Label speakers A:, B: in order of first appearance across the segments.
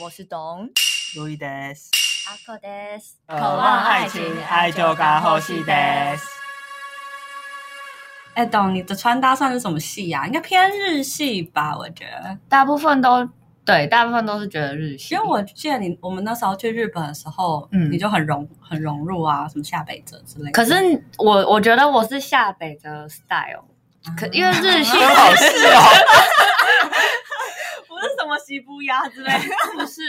A: 我是董
B: 路易德斯，
A: 阿克德斯，
B: 渴望爱情，爱就该呼吸德。
C: 哎，董，你的穿搭算是什么系啊呀、应该偏日系吧？我觉得，
A: 大部分都对，大部分都是觉得日系，
C: 因为我记得你我们那时候去日本的时候，
A: 嗯
C: 你就很融很融入啊，什么下北泽之类的。
A: 可是我我觉得我是下北泽 style，可因为日 系
B: 真好事哦！
C: 不是什么西部鸭之类的，
A: 不是，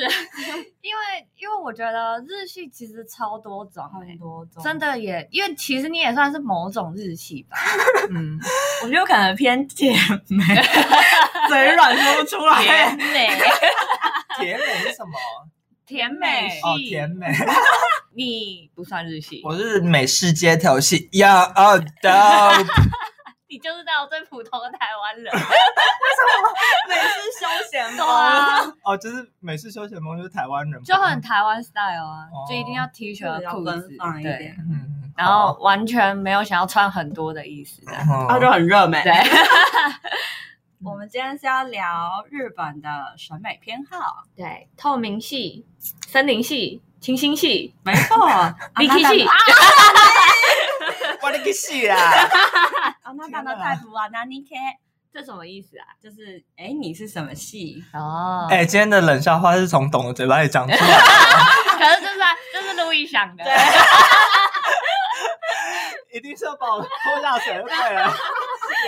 A: 因为因为我觉得 日系其实超多种、
C: 很
A: 欸。
C: 多种。
A: 真，的也，因为其实你也算是某种日系吧，
B: 嗯，
C: 我觉得我可能偏 姐妹，嘴软说不出来。
A: 美
B: 甜美是什么？
A: 甜美系，
B: 哦，甜美，
A: 你不算日系，
B: 我是美式街头系，要哦的，
A: 你就是那种最普通的台湾人，
C: 美式休闲
A: 对啊，
B: 哦，就是美式休闲风，就是台湾人
A: 就很，台湾 style 啊，
B: 哦
A: 就一定要 T 恤
C: 就是
A: 啊、
C: 要
A: 裤子
C: 奔放一
A: 对
C: 点，
B: 嗯，
A: 然后完全没有想要穿很多的意思的。
B: 好，哦
C: 然后就很热美。
A: 对，
C: 我们今天是要聊日本的审美偏好，
A: 对，透明系、森林系、清新系、
C: 没错
A: Vicky 系，
B: 我的个戏啊！
C: 啊，那当的太服啊，那你 K
A: 这什么意思啊？
C: 就是，哎，你是什么系？
A: 哦，
B: 哎，今天的冷笑话是从董的嘴巴里讲出来的，
A: 啊可是这是这是路易想的，
B: 一定是要把我拖下水就对了。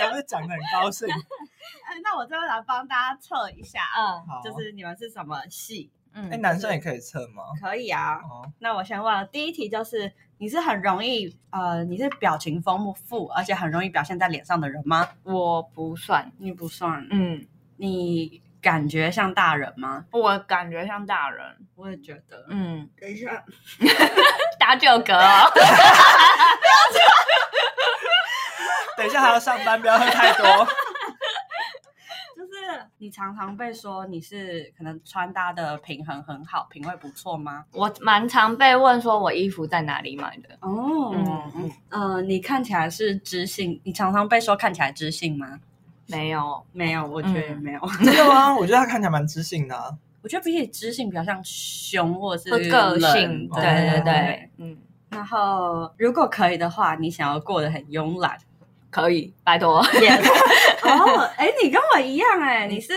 B: 也不是讲的很高兴，
C: 哎，那我这边来帮大家测一下，呃
A: 嗯
B: 好，
C: 就是你们是什么系？
B: 哎，
A: 嗯，
B: 男生也可以测吗？
C: 可以啊。
B: 哦，
C: 那我先问了，第一题就是你是很容易呃，你是表情丰富，而且很容易表现在脸上的人吗？
A: 我不算，
C: 你不算，
A: 嗯，
C: 你感觉像大人吗？
A: 我感觉像大人，
C: 我也觉得。
A: 嗯，
C: 等一下，
A: 打九嗝哦，
B: 等一下还要上班，不要喝太多。
C: 就是你常常被说你是可能穿搭的平衡很好，品味不错吗？
A: 我蛮常被问说我衣服在哪里买的，
C: 哦
A: 嗯
C: 嗯呃，你看起来是知性，你常常被说看起来知性吗？
A: 没有，
C: 没有，我觉得也
A: 嗯
C: 没有。
B: 真的吗？啊我觉得他看起来蛮知性的、啊。
C: 我觉得比起知性，比较像凶或是
A: 和个
C: 冷
A: 性，对
B: 对
A: 对
C: 对
A: 对，嗯，
C: 然后，如果可以的话，你想要过得很慵 懒。
A: 可以，拜托，
C: 哦，哎，你跟我一样哎、
A: 嗯
C: 你是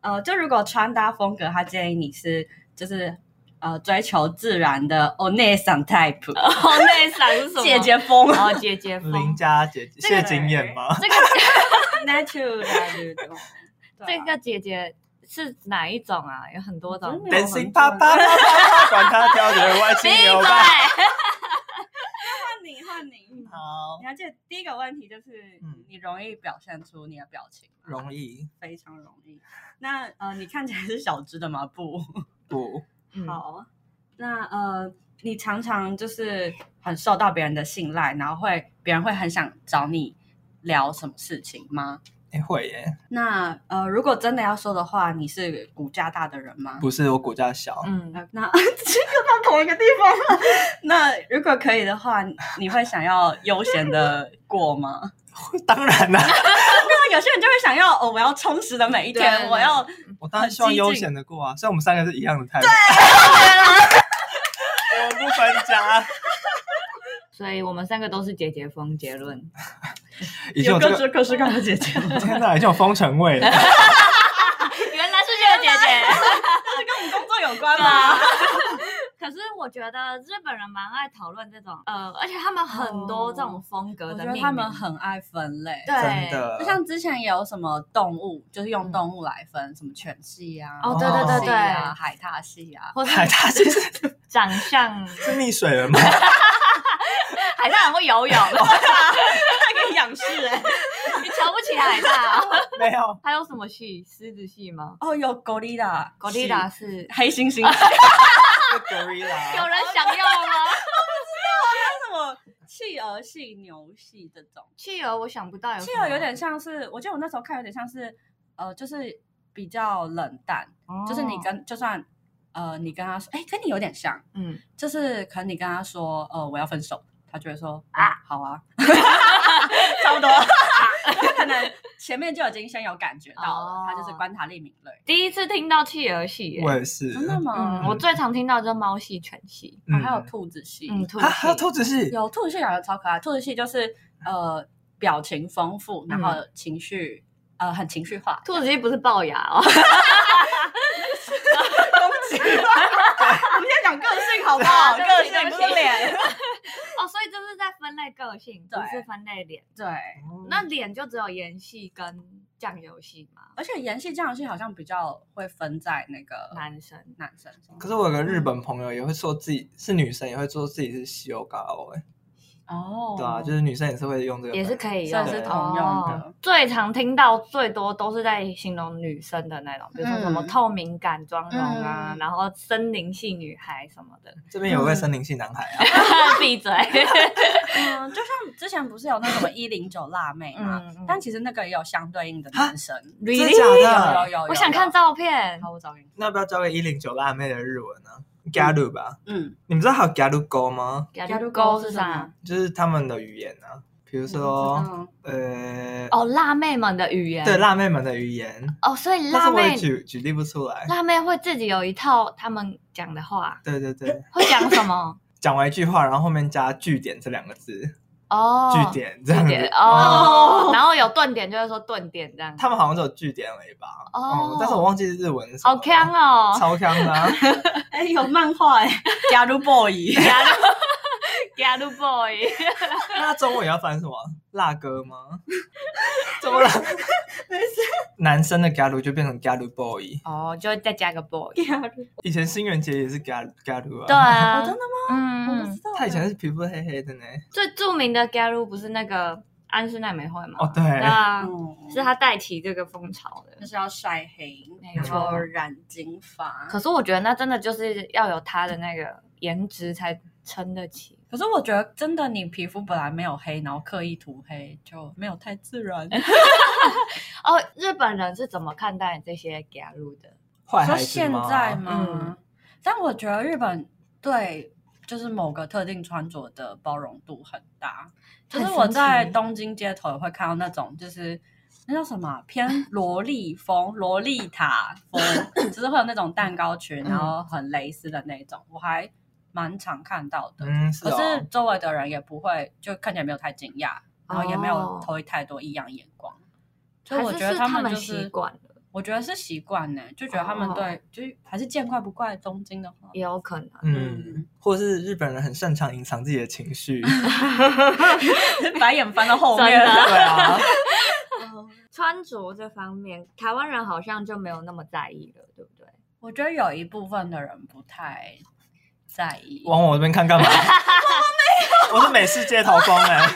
C: 呃，就如果穿搭风格，他建议你是就是呃追求自然的 o n e s a n type， 哦
A: 后内闪是什么？
C: 姐姐风
A: 然后姐 姐
B: 邻
A: 风。
B: 家姐姐
C: 这个
B: 谢金燕吗？
A: 这个
C: natural 的。 啊
A: 这个姐姐是哪一种啊？有很多种
C: 真。的
B: 担心啪啪啪啪啪，管他挑人外星
A: 闭
B: 牛
A: 嘴！
B: 吧。
C: 换你换你，
B: 好
C: 你，还记得第一个问题就是
B: 嗯，
C: 你容易表现出你的表情，
B: 容易
C: 非常容易。那呃，你看起来是小只的吗？ 不，
B: 不？
A: 嗯
C: 好，那呃，你常常就是很受到别人的信赖，然后会别人会很想找你聊什么事情吗？
B: 哎、会耶，
C: 那呃，如果真的要说的话，你是骨架大的人吗？
B: 不是我骨架小，
A: 嗯，
C: 呃那 这个到同一个地方了。 那如果可以的话，你会想要悠闲的过吗？
B: 当然 啦、
C: 那有些人就会想要，哦，我要充实的每一
A: 对
C: 天，我要
B: 我当然希望悠闲的过啊。虽然我们三个是一样的态度，啊 我们不分家。
A: 所以我们三个都是姐姐风。结论，
B: 已经有这
C: 各
B: 个，
C: 式各式各样的姐姐，跟
B: 天哪，已经有风尘味了。
A: 原来是这个姐姐。
C: 我们工作有关吗？
A: 啊可是我觉得日本人蛮爱讨论这种，呃，而且他们很多这种风格
C: 我
A: 的
C: 觉得
A: 命名，
C: 他们很爱分类，
A: 对嗯
B: 真的
C: 就像之前也有什么动物，就是用动物来分，什么犬系啊，
A: 哦
B: 对对对
C: 猫系啊
A: 对
C: 海獭系啊，
A: 或是
B: 海獭哎是
A: 长 相，
B: 是溺水了 吗？
A: 海獭很会游泳，哦
C: 那个仰视哎，
A: 你瞧不起海獭哦？
B: 没有，
A: 还有什么系？狮子系吗
C: 哦，有 gorilla，
A: ？Gorilla 是
C: 黑猩猩，还
B: 是 gorilla。
A: 有人想要吗？
C: 有什么 企鹅系、牛系这种，
A: 企鹅我想不到有什
C: 企
A: 么，
C: 鹅有点像是，我记得我那时候看有点像是，呃，就是比较冷淡，
A: 哦，
C: 就是你跟就算呃你跟他说，哎，跟你有点像，
A: 嗯，
C: 就是可能你跟他 说，呃，我要分手，他就会说
A: 啊
C: 啊，好啊，
A: 差不多。
C: 他可能前面就已经先有感觉到了
A: 哦，
C: 他就是观察力敏锐。
A: 第一次听到企鹅系耶、
B: 我也是。
C: 真的吗
A: 嗯，？我最常听到就是猫系、犬系，
B: 嗯
C: 啊还有兔子系，
A: 嗯，兔
B: 啊，
A: 子
B: 还有
A: 系，
B: 兔子是
C: 有兔子系两个超可爱。兔子系就是呃表情丰富，然后
B: 嗯
C: 情绪呃很情绪 化。
A: 兔子系不是龅牙 哦，
C: 攻击，我们先讲个性好不好？
A: 对不
C: 个
A: 起
C: 性不
A: 对
C: 啊是
A: 不起
C: 脸。
A: 哦，所以这是在分类个性，不
C: 对
A: 是分类脸。
C: 对，
B: 哦
A: 那脸就只有盐系跟酱油系吗？
C: 而且盐系酱油系好像比较会分在那个
A: 男生
C: 男生身上。
B: 可是我有个日本朋友也会说自己是女生，也会说自己是西欧嘎欧，哎，
C: 哦，
B: 对啊，就是女生也是会用这个，
A: 也是可以用
C: 算
A: 的，
C: 是通用的
A: 哦最常听到最多都是在形容女生的那种，比如说什么
C: 嗯
A: 透明感妆容啊，
C: 嗯
A: 然后森林系女孩什么 的。
B: 这边有位森林系男孩啊，
A: 闭嘴。
C: 嗯，就像之前不是有那 什么一零九辣妹嘛
A: 嗯嗯，
C: 但其实那个也有相对应的男生。
B: 真的
A: Really？
B: 假
C: 有有
B: 的？
C: 有，
A: 我想看
C: 到。
A: 照片。
C: 好，我找给你。
B: 那要不要教给一零九辣妹的日文呢？Galu 吧，
C: 嗯，
B: 你们知道还有 Galu 沟吗？
A: 雅
C: 雅鲁
A: 鲁
C: 沟
A: 沟
C: 是
A: 是
C: 什么
A: 啥？
B: 就是他们的语言啊，比如说
C: 嗯，
B: 呃，
A: 哦，辣妹们的语言。
B: 对辣妹们的语言，
A: 哦，所以
B: 但是
A: 辣
B: 我也
A: 妹
B: 举举例不出来。
A: 辣妹会自己有一套他们讲的话，
B: 对对对，
A: 会讲什么？
B: 讲完一句话，然后后面加句点这两个字，
A: 哦，
B: 句点这样
A: 句
B: 子嗯
A: 点。
C: 哦
A: 哦，然后有顿点就会说顿点这样。
B: 他们好像只有句点而已吧？
A: 哦
B: 嗯但是我忘记是日文是什么
A: 好
B: 了
A: 强哦！
B: 超强的啊、
C: 哎，有漫画哎，加入 boy，
A: 雅鲁雅鲁 boy。
B: 那中文要翻什么？辣哥吗？怎么了？男生的 galu 就变成 galu boy，
A: 哦，就再加个 boy。
C: 加入。
B: 以前新元节也是 galu galu 啊。
A: 对，啊，
C: 啊哦真的吗？我不
A: 嗯
C: 知，道哎。
B: 他以前是皮肤黑黑的呢。
A: 最著名的 g a r u 不是那个安室奈美惠吗？
B: 哦，对，
A: 对啊，
C: 嗯
A: 是他带起这个风潮的
C: 就。是要晒黑，
A: 没
C: 然
A: 错
C: 后染金发。
A: 可是我觉得那真的就是要有他的那个颜值才撑得起。
C: 可是我觉得真的，你皮肤本来没有黑，然后刻意涂黑，就没有太自然。
A: 哦，日本人是怎么看待这些 g a r u 的？
B: 坏
C: 说
B: 孩子
C: 现在
B: 吗？
C: 吗？
A: 嗯
C: 但我觉得日本对就是某个特定穿着的包容度很大，就
A: 很
C: 是我在
A: 神奇
C: 东京街头也会看到那种就是。那叫什么啊偏萝莉风、萝莉塔风，就是会有那种蛋糕裙，然后很蕾丝的那种，我还蛮常看到的。
B: 嗯，是
C: 可
B: 哦。
C: 是周围的人也不会，就看起来没有太惊讶，然后也没有
A: 哦
C: 投以太多异样眼光。所以
A: 还
C: 我
A: 是
C: 觉得
A: 是
C: 他
A: 们
C: 就
A: 习
C: 是，
A: 惯了，
C: 我觉得是习惯呢，就觉得他们
A: 哦
C: 对，就是还是见怪不怪。东京的话，
A: 也有可能。
B: 嗯，或是日本人很擅长隐藏自己的情绪。
C: 白眼翻到后
A: 真
C: 面，
A: 的
B: 对啊，
A: 穿着这方面，台湾人好像就没有那么在意了，对不对？
C: 我觉得有一部分的人不太在意。
B: 往我这边看干嘛？我没有，我是美式街头风哎、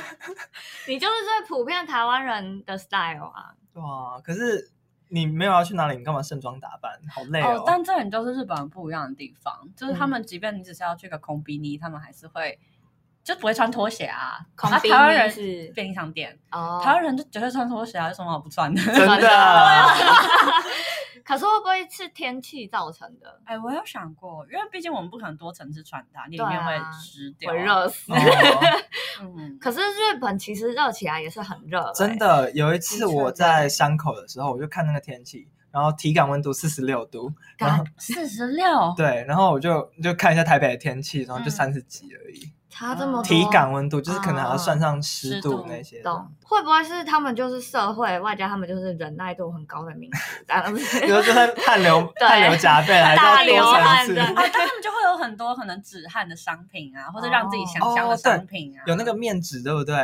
A: 你就是最普遍台湾人的 style 啊。
B: 哇，可是你没有要去哪里，你干嘛盛装打扮？好累
C: 哦，但这里就是日本人不一样的地方，就是他
A: 嗯
C: 们即便你只是要去个空比尼，他们还是会就不会穿拖鞋啊。
A: 孔
C: 那
A: 宾
C: 台湾人
A: 是
C: 便利商店，
A: 哦，
C: 台湾人就绝对穿拖鞋啊，有什么好不穿的？
B: 真的哦
A: 可是会不会是天气造成的？
C: 哎，我有想过，因为毕竟我们不可能多层次穿搭，里
A: 对
C: 面会
A: 啊
C: 湿掉、
A: 会。热死。
B: 哦
C: 嗯，
A: 可是日本其实热起来也是很热、欸，
B: 真。的，有一次我在山口的时候，我就看那个天气，然后体感温度四十六度，然后
C: 四十六，
B: 对，然后我就就看一下台北的天气，然后就
C: 嗯
B: 三十几而已，
A: 差这么多
B: 体感温度就是可能还要算上
C: 湿
B: 湿
C: 度
B: 度那些的。
A: 懂，会不会是他们就是社会，外加他们就是忍耐度很高的民族，这样
B: 比
A: 子
B: 如说就是汗流
A: 对
B: 汗流浃背，还
A: 大
B: 是
A: 流
B: 要多层
A: 汗
B: 次。
A: 的
C: 啊，但他们就会有很多可能止汗的商品啊，或者让自己想象的
B: 哦对
C: 商品啊。
B: 有那个面纸，对不对？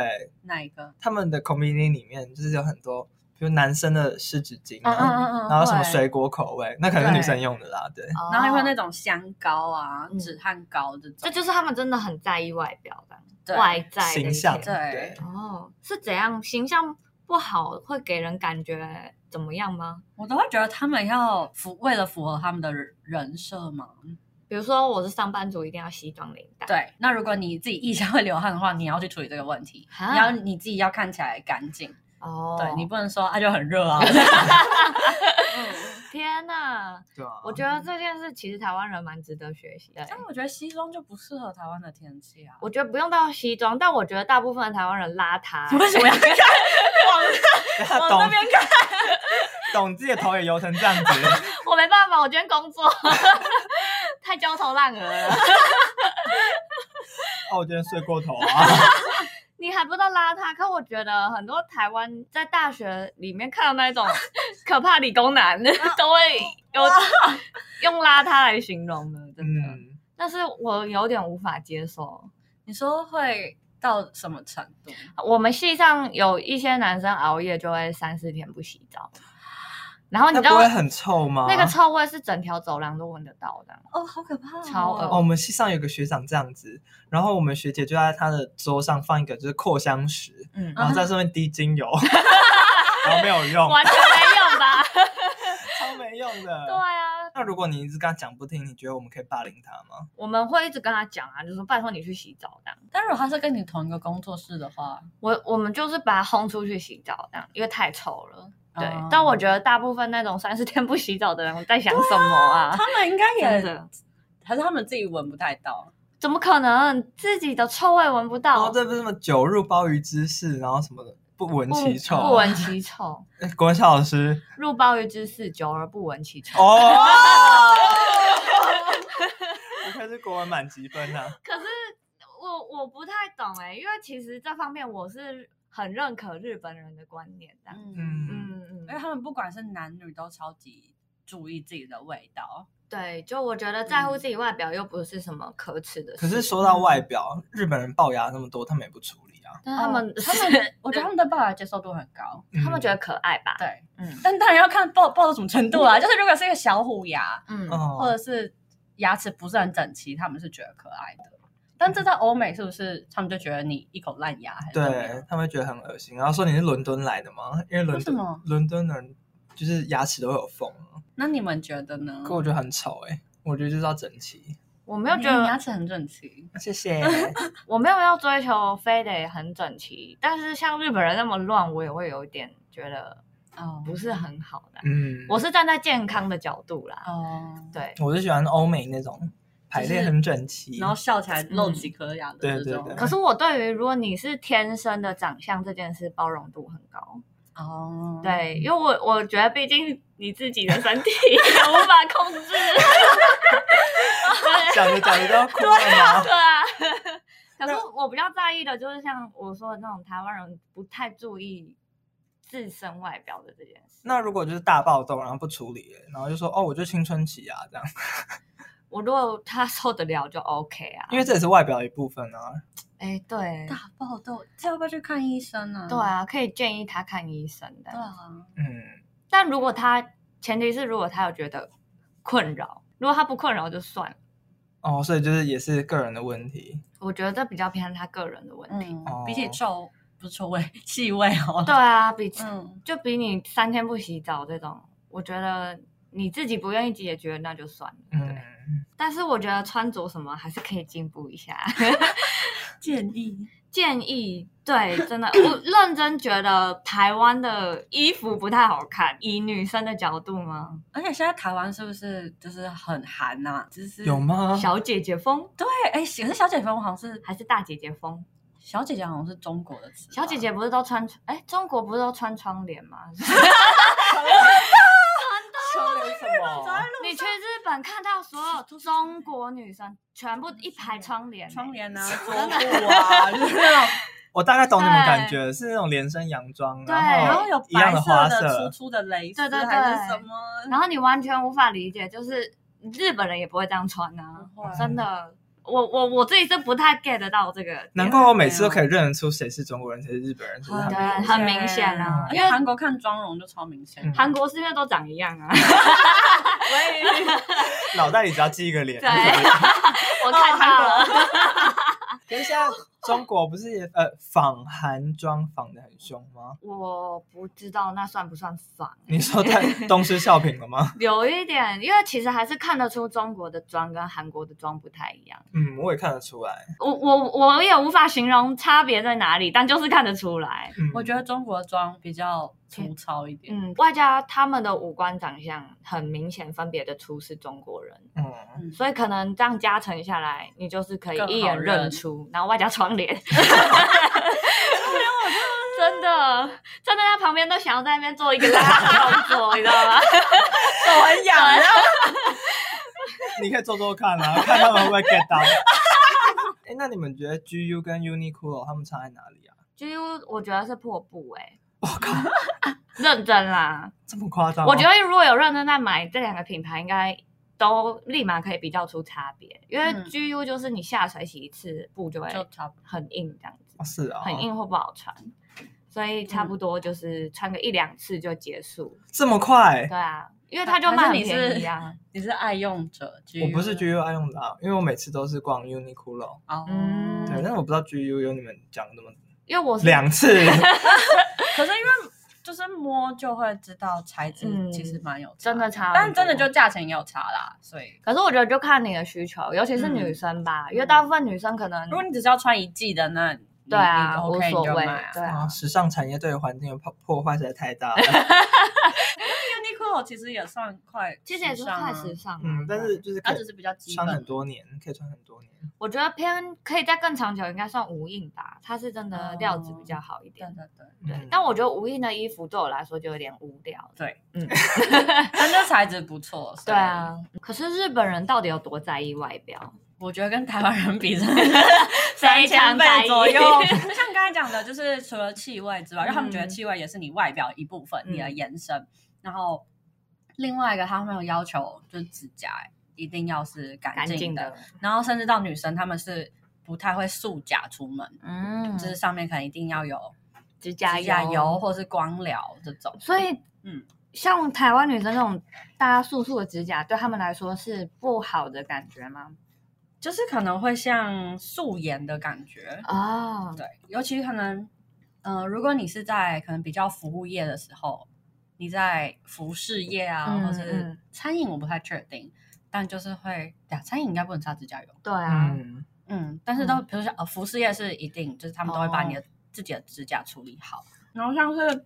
C: 哪一个？
B: 他们的 c o m b i n 里面就是有很多，比如男生的湿纸巾啊，
C: 嗯
A: 哦
B: 然后什
C: 会
B: 么水果口味，那可能是女生用的啦，对。
C: 然后还会那
A: 哦
C: 种香膏啊、
A: 嗯
C: 止汗膏这
A: 这
C: 种，
A: 就是他们真的很在意外表的
C: 对
A: 外在的一
B: 形
A: 切
B: 象，
C: 对
B: 对，
A: 哦，是怎样形象不好会给人感觉怎么样吗？
C: 我都会觉得他们要符为了符合他们的人人设嘛。
A: 比如说我是上班族，一定要西装领带，
C: 对，那如果你自己腋下会流汗的话，你要去处理这个问题，
A: 哈
C: 你要你自己要看起来干净。
A: 哦，
C: 对你不能说啊就很热 啊，
A: 天哪！
B: 对啊，
A: 我觉得这件事其实台湾人蛮值得学习的。欸
C: 但哎我觉得西装就不适合台 湾的天气啊。
A: 我觉得不用到西装，但我觉得大部分的台湾人邋遢。
C: 为什么要看？
B: 懂
C: 往那边看，
B: 懂自己的头也油成这样子，
A: 我没办法，我今天工作 太焦头烂额了。
B: 哦，我今天睡过头 啊，
A: 你还不到邋遢，可我觉得很多台湾在大学里面看到那种 可怕理工男，
B: 啊
A: 都会有用邋遢来形容的，真的。
B: 嗯。
A: 但是我有点无法接受。
C: 你说会到什么程度？
A: 我们系上有一些男生熬夜就会三四天不洗澡，然哦后你
B: 那
A: 知
B: 不
A: 道
B: 会很臭吗？
A: 那个臭味是整条走廊都闻得到的。
C: 哦，好可怕、哦，
A: 超恶
B: 哦，我们系上有个学长这样子，然后我们学姐就在他的桌上放一个就是扩香石，
A: 嗯，
B: 然后在上面滴精 油，然后没有用，
A: 完全没用吧？
B: 超没用
A: 对
B: 的。
A: 啊，
B: 那如果你一直跟他讲不听，你觉得我们可以霸凌他吗？
A: 我们会一直跟他讲啊，就说拜托你去洗澡这样。
C: 但如果他是跟你同一个工作室的话，
A: 我我们就是把他轰出去洗澡这样，因为太臭了。对，
C: 哦
A: 但我觉得大部分那种三四天不洗澡的人在想什么啊？
C: 他们应该
A: 真
C: 也
A: 的，
C: 还是他们自己闻不太到。
A: 怎么可能自己的臭味闻不
B: 然
A: 到？
B: 后哦这不是什么酒入鲍鱼之肆，然后什么的，不闻
A: 不
B: 其臭。啊
A: 不闻其臭，
B: 哎国文小老师
A: 入鲍鱼之肆，久而不闻其臭。
B: 哦，不愧是国文满级分啊！
A: 可是我我不太懂哎、因为其实这方面我是很认可日本人的观念的。
C: 嗯，
B: 嗯，
A: 嗯嗯
C: 因为，他们不管是男女都超级注意自己的味道。
A: 对，就我觉得在乎自己外表又不是什么可耻的事。
B: 嗯可是说到外表，日本人龅牙那么多，他们也不处理啊。
A: 嗯但是他们、
C: 哦他 们，我觉得他们对龅牙接受度很高。
A: 他们觉得可爱吧？
C: 对，
A: 嗯
C: 但当然要看龅龅到什么程度啦。啊就是如果是一个小虎牙，
A: 嗯
B: 嗯，哦
C: 或者是牙齿不是很整齐，他们是觉得可爱的。但
A: 嗯
C: 这在欧美是不是他们就觉得你一口烂牙还是怎么样
B: 对他们会觉得很恶心，然后说你是伦敦来的吗？因为伦
C: 为什
B: 敦
C: 么
B: 伦敦人就是牙齿都有缝啊，
C: 那你们觉得呢？
B: 可我觉得很丑哎、我觉得就是要整齐。
A: 我没有
C: 你
A: 觉得
C: 牙齿很整齐，
B: 谢 谢。
A: 我没有要追求非得很整齐，但是像日本人那么乱，我也会有一点觉得
C: 哦
A: 不是很好的。
B: 嗯，
A: 我是站在健康的角度啦，
C: 哦，
A: 对，
B: 我是喜欢欧美那种排列很整齐，
C: 然后笑起来
A: 嗯
C: 露几颗牙的
B: 对
C: 这
B: 对
C: 种。
B: 对
A: 可是我对于如果你是天生的长相这件事包容度很高，
C: 哦，
A: 对，因为我我觉得毕竟你自己的身体 也无法控制，
B: 讲着讲着就要哭了吗？
A: 对啊。可是我比较在意的就是像我说的那种台湾人不太注意自身外表的这件事。
B: 那如果就是大暴动，然后不处理、然后就说哦，我就青春期啊这样，
A: 我如果他 受得了就 OK 啊，
B: 因为这也是外表的一部分啊。
A: 哎、对
C: 大嗯爆痘，这要不要去看医生呢、
A: 对，啊，可以建议他看医生
C: 对
A: 的。
C: 啊，
B: 嗯，
A: 但如果他前提是如果他有觉得困扰，如果他不困扰就算了。
B: 哦，所以就是也是个人的问题。
A: 我觉得这比较偏他个人的问题。
C: 嗯
B: 哦，
C: 比起臭不是臭味，气味哦。
A: 对，啊，比、
C: 嗯，
A: 就比你三天不洗澡这种，我觉得你自己不愿意解决那就算了。对，
B: 嗯，
A: 但是我觉得穿着什么还是可以进步一下。
C: 建议
A: 建议对， 真的，我认真觉得台湾的衣服不太好看。以女生的角度吗？
C: 而且现在台湾是不是就是很寒呐、就是
B: 有？吗？
A: 小姐姐风
C: 对，哎，可是小姐姐风好像是
A: 还是大姐姐风？
C: 小姐姐，好像是中国的词吧。
A: 小姐姐不是都穿哎，中国不是都穿窗帘 吗？
B: 窗帘什么？
A: 你去日本看到所有中国女生全部一排窗帘，欸
C: 窗帘啊，桌
B: 真的 哇，就是那种，我大概懂你们感觉，是那种连身洋装，
A: 对
C: 然
B: 然
C: 后有
B: 一样
C: 白
B: 的花
C: 的
B: 色
C: 粗，粗的蕾丝
A: 对对对
C: 还是什么？
A: 然后你完全无法理解，就是日本人也不会这样穿啊，
C: 不会
A: 真的。我我我自己是不太 get 得到这个点，
B: 难怪我每次都可以认得出谁是中国人，谁是日本人，谁是韩
A: 对
B: 国人。
A: 很明显啊
C: 而且哦韩国看妆容就超明显。
B: 嗯
A: 韩国是因为都长一样啊。
B: 脑袋里只要记一个脸。
A: 对， 我看到了。
B: 可是现在中国不是也呃仿韩妆仿的很凶吗？
A: 我不知道那算不算仿，
B: 你说在东施效颦了吗？
A: 有一点，因为其实还是看得出中国的妆跟韩国的妆不太一样。
B: 嗯，我也看得出来。
A: 我我我也无法形容差别在哪里，但就是看得出来。
B: 嗯，
C: 我觉得中国妆比较粗糙一点。
A: 嗯，外加他们的五官长相很明显分别的出是中国人，
B: 嗯，
C: 嗯，
A: 所以可能这样加成下来，你就是可以
C: 更好
A: 一眼认出，然后外加窗帘，真的，站在他旁边都想要在那边做一个拉的动作，你知道吗？
C: 手很痒，然后
B: 你可以做做看啊， 看他们会不会 get 到。哎、那你们觉得 GU 跟 Uniqlo 他们差在哪里啊？
A: 几乎我觉得是破布哎、 我靠，认真啦！
B: 这么夸张吗？
A: 我觉得如果有认真在买这两个品牌，应该都立马可以比较出差别，因为
C: 嗯
A: GU 就是你下水洗一次布就会
C: 就差不多
A: 很硬这样子，
B: 哦是啊，
A: 很，硬或不好穿，所以差
C: 嗯
A: 不多就是穿个一两次就结束。
B: 这么快
A: 对？啊，因为它就卖
C: 还
A: 很
C: 是你是
A: 便宜啊。
C: 你是爱用者，
B: 我不是
C: GU
B: GU 爱用的、啊，因为我每次都是逛 Uniqlo。
C: 哦
A: 嗯
B: 对，但是我不知道 GU 有你们讲的那么
A: 因为我是
B: 两次，
C: 可是因为就是摸就会知道材质
A: 嗯
C: 其实蛮有差
A: 真的，差很多，
C: 但真的就价钱也有差啦。所以
A: 可是我觉得就看你的需求，尤其
C: 嗯
A: 是女生吧，因为大部分女生可能
C: 如果你只是要穿一季的，那你
A: 嗯对啊
C: 你
A: 无
C: ，OK
A: 所
C: 你就
A: 谓
C: 买，啊。
A: 对啊
B: 啊，，时尚产业对环境的破破坏实在太大了。
C: Uniqlo 其实也算快时尚啊，
A: 其实也是快时尚啊，
B: 嗯，但
A: 对
B: 是就是
C: 它
B: 可
C: 只
B: 以
C: 是比较基
B: 穿
C: 本
B: 很
C: 的。
B: 多年，可以穿很多年。
A: 我觉得偏可以在更长久，应该算无印吧，它是真的料子比较好一
C: 对
A: 点。
C: 对对，
A: 对
B: 嗯，
A: 但我觉得无印的衣服对我来说就有点无聊。
C: 对，
A: 嗯，
C: 但这材质不错。所
A: 对
C: 以，
A: 啊。可是日本人到底有多在意外表？
C: 我觉得跟台湾人比真 的
A: 非常在意
C: 3000倍左右。就像刚才讲的，就是除了气味之外，因为他们觉得气味也是你外表一部分，
A: 嗯
C: 你的延伸。然后另外一个，他们有要求就是指甲一定要是干
A: 干
C: 净
A: 净
C: 的，嗯
A: 的，
C: 然后甚至到女生，她们是不太会束甲出门，
A: 嗯，
C: 就是上面可能一定要有
A: 指甲
C: 指甲油。或是光疗这种。
A: 所以，
C: 嗯
A: 嗯，像台湾女生那种大素素的指甲，对她们来说是不好的感觉吗？
C: 就是可能会像素颜的感觉，
A: 哦，
C: 对，尤其可能，呃，如果你是在可能比较服务业的时候，你在服饰业啊，
A: 嗯
C: 或是
A: 嗯
C: 餐饮，我不太确定，但就是会，对啊，餐饮应该不能擦指甲油，
A: 对啊，
B: 嗯，
C: 嗯，但是都，比如说呃，服饰业是一定，就是他们都会把你
A: 哦
C: 的、自己的指甲处理好，然后像是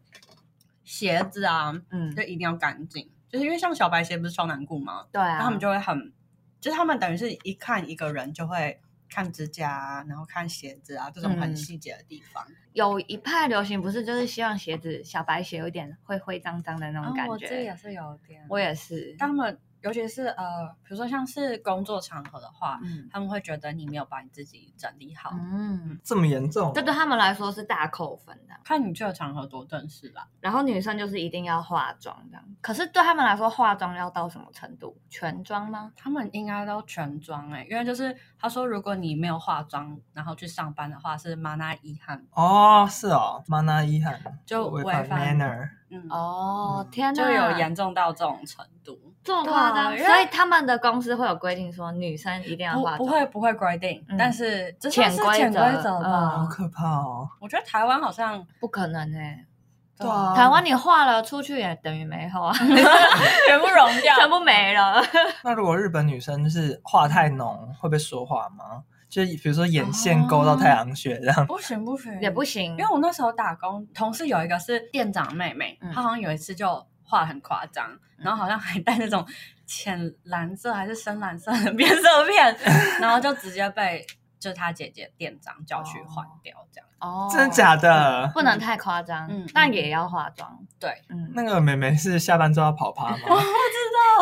C: 鞋子啊，
A: 嗯
C: 就，一定要干净，就是因为像小白鞋不是超难顾吗？
A: 对啊，
C: 他们就会很，就是他们等于是一看一个人就会看指甲、啊，然后看鞋子啊这种很
A: 嗯
C: 细节的地方。
A: 有一派流行不是就是希望鞋子小白鞋有点灰灰脏脏的那种感
C: 啊哦我自己
A: 觉，
C: 也是有点，
A: 我也是，
C: 他们尤其是呃，比如说像是工作场合的话，
A: 嗯
C: 他们会觉得你没有把你自己整理好。
A: 嗯，
B: 这么严重？
A: 这对他们来说是大扣分的。
C: 看你去的场合多正式啦，
A: 然后女生就是一定要化妆这样，可是对他们来说，化妆要到什么程度？全妆吗？
C: 他们应该都全妆哎、因为就是他说，如果你没有化妆，然后去上班的话，是马纳遗憾，
B: 哦，是哦，m a n a 遗憾
C: 就
B: 违
C: 违
B: 反
C: 反
B: manner。
C: 嗯，
A: 哦
B: 嗯，
A: 天
C: 就
A: 哪，
C: 有严重到这种程度。
A: 这么夸张，
C: 对啊因为
A: 所以他们的公司会有规定说女生一定要化妆，
C: 不不会不会规定，
A: 嗯
C: 但是这
A: 潜
C: 算是
A: 规
C: 潜规
A: 则
C: 则吧。
B: 好
A: 嗯
B: 可怕哦！
C: 我觉得台湾好像
A: 不可能哎、
B: 对
C: 哦
B: 啊
A: 台湾你化了出去也等于没化，
C: 全部融掉，
A: 全部没了。
C: 嗯
B: 那如果日本女生就是话太浓，会被说话吗？就是比如说眼线勾到太
C: 哦
B: 阳穴这样，
C: 不行不行
A: 也不，行，
C: 因为我那时候打工，同事有一个是店长妹妹，
A: 嗯
C: 她好像有一次就画很夸张，然后好像还带那种浅蓝色还是深蓝色的变色片，然后就直接被就是她姐姐店长叫去换掉这样。
A: 哦，
B: 真的假的？
A: 不能太夸张，
C: 嗯
A: 但也要化妆。
C: 对，
A: 嗯，
B: 那个妹妹是下班之后要跑趴吗？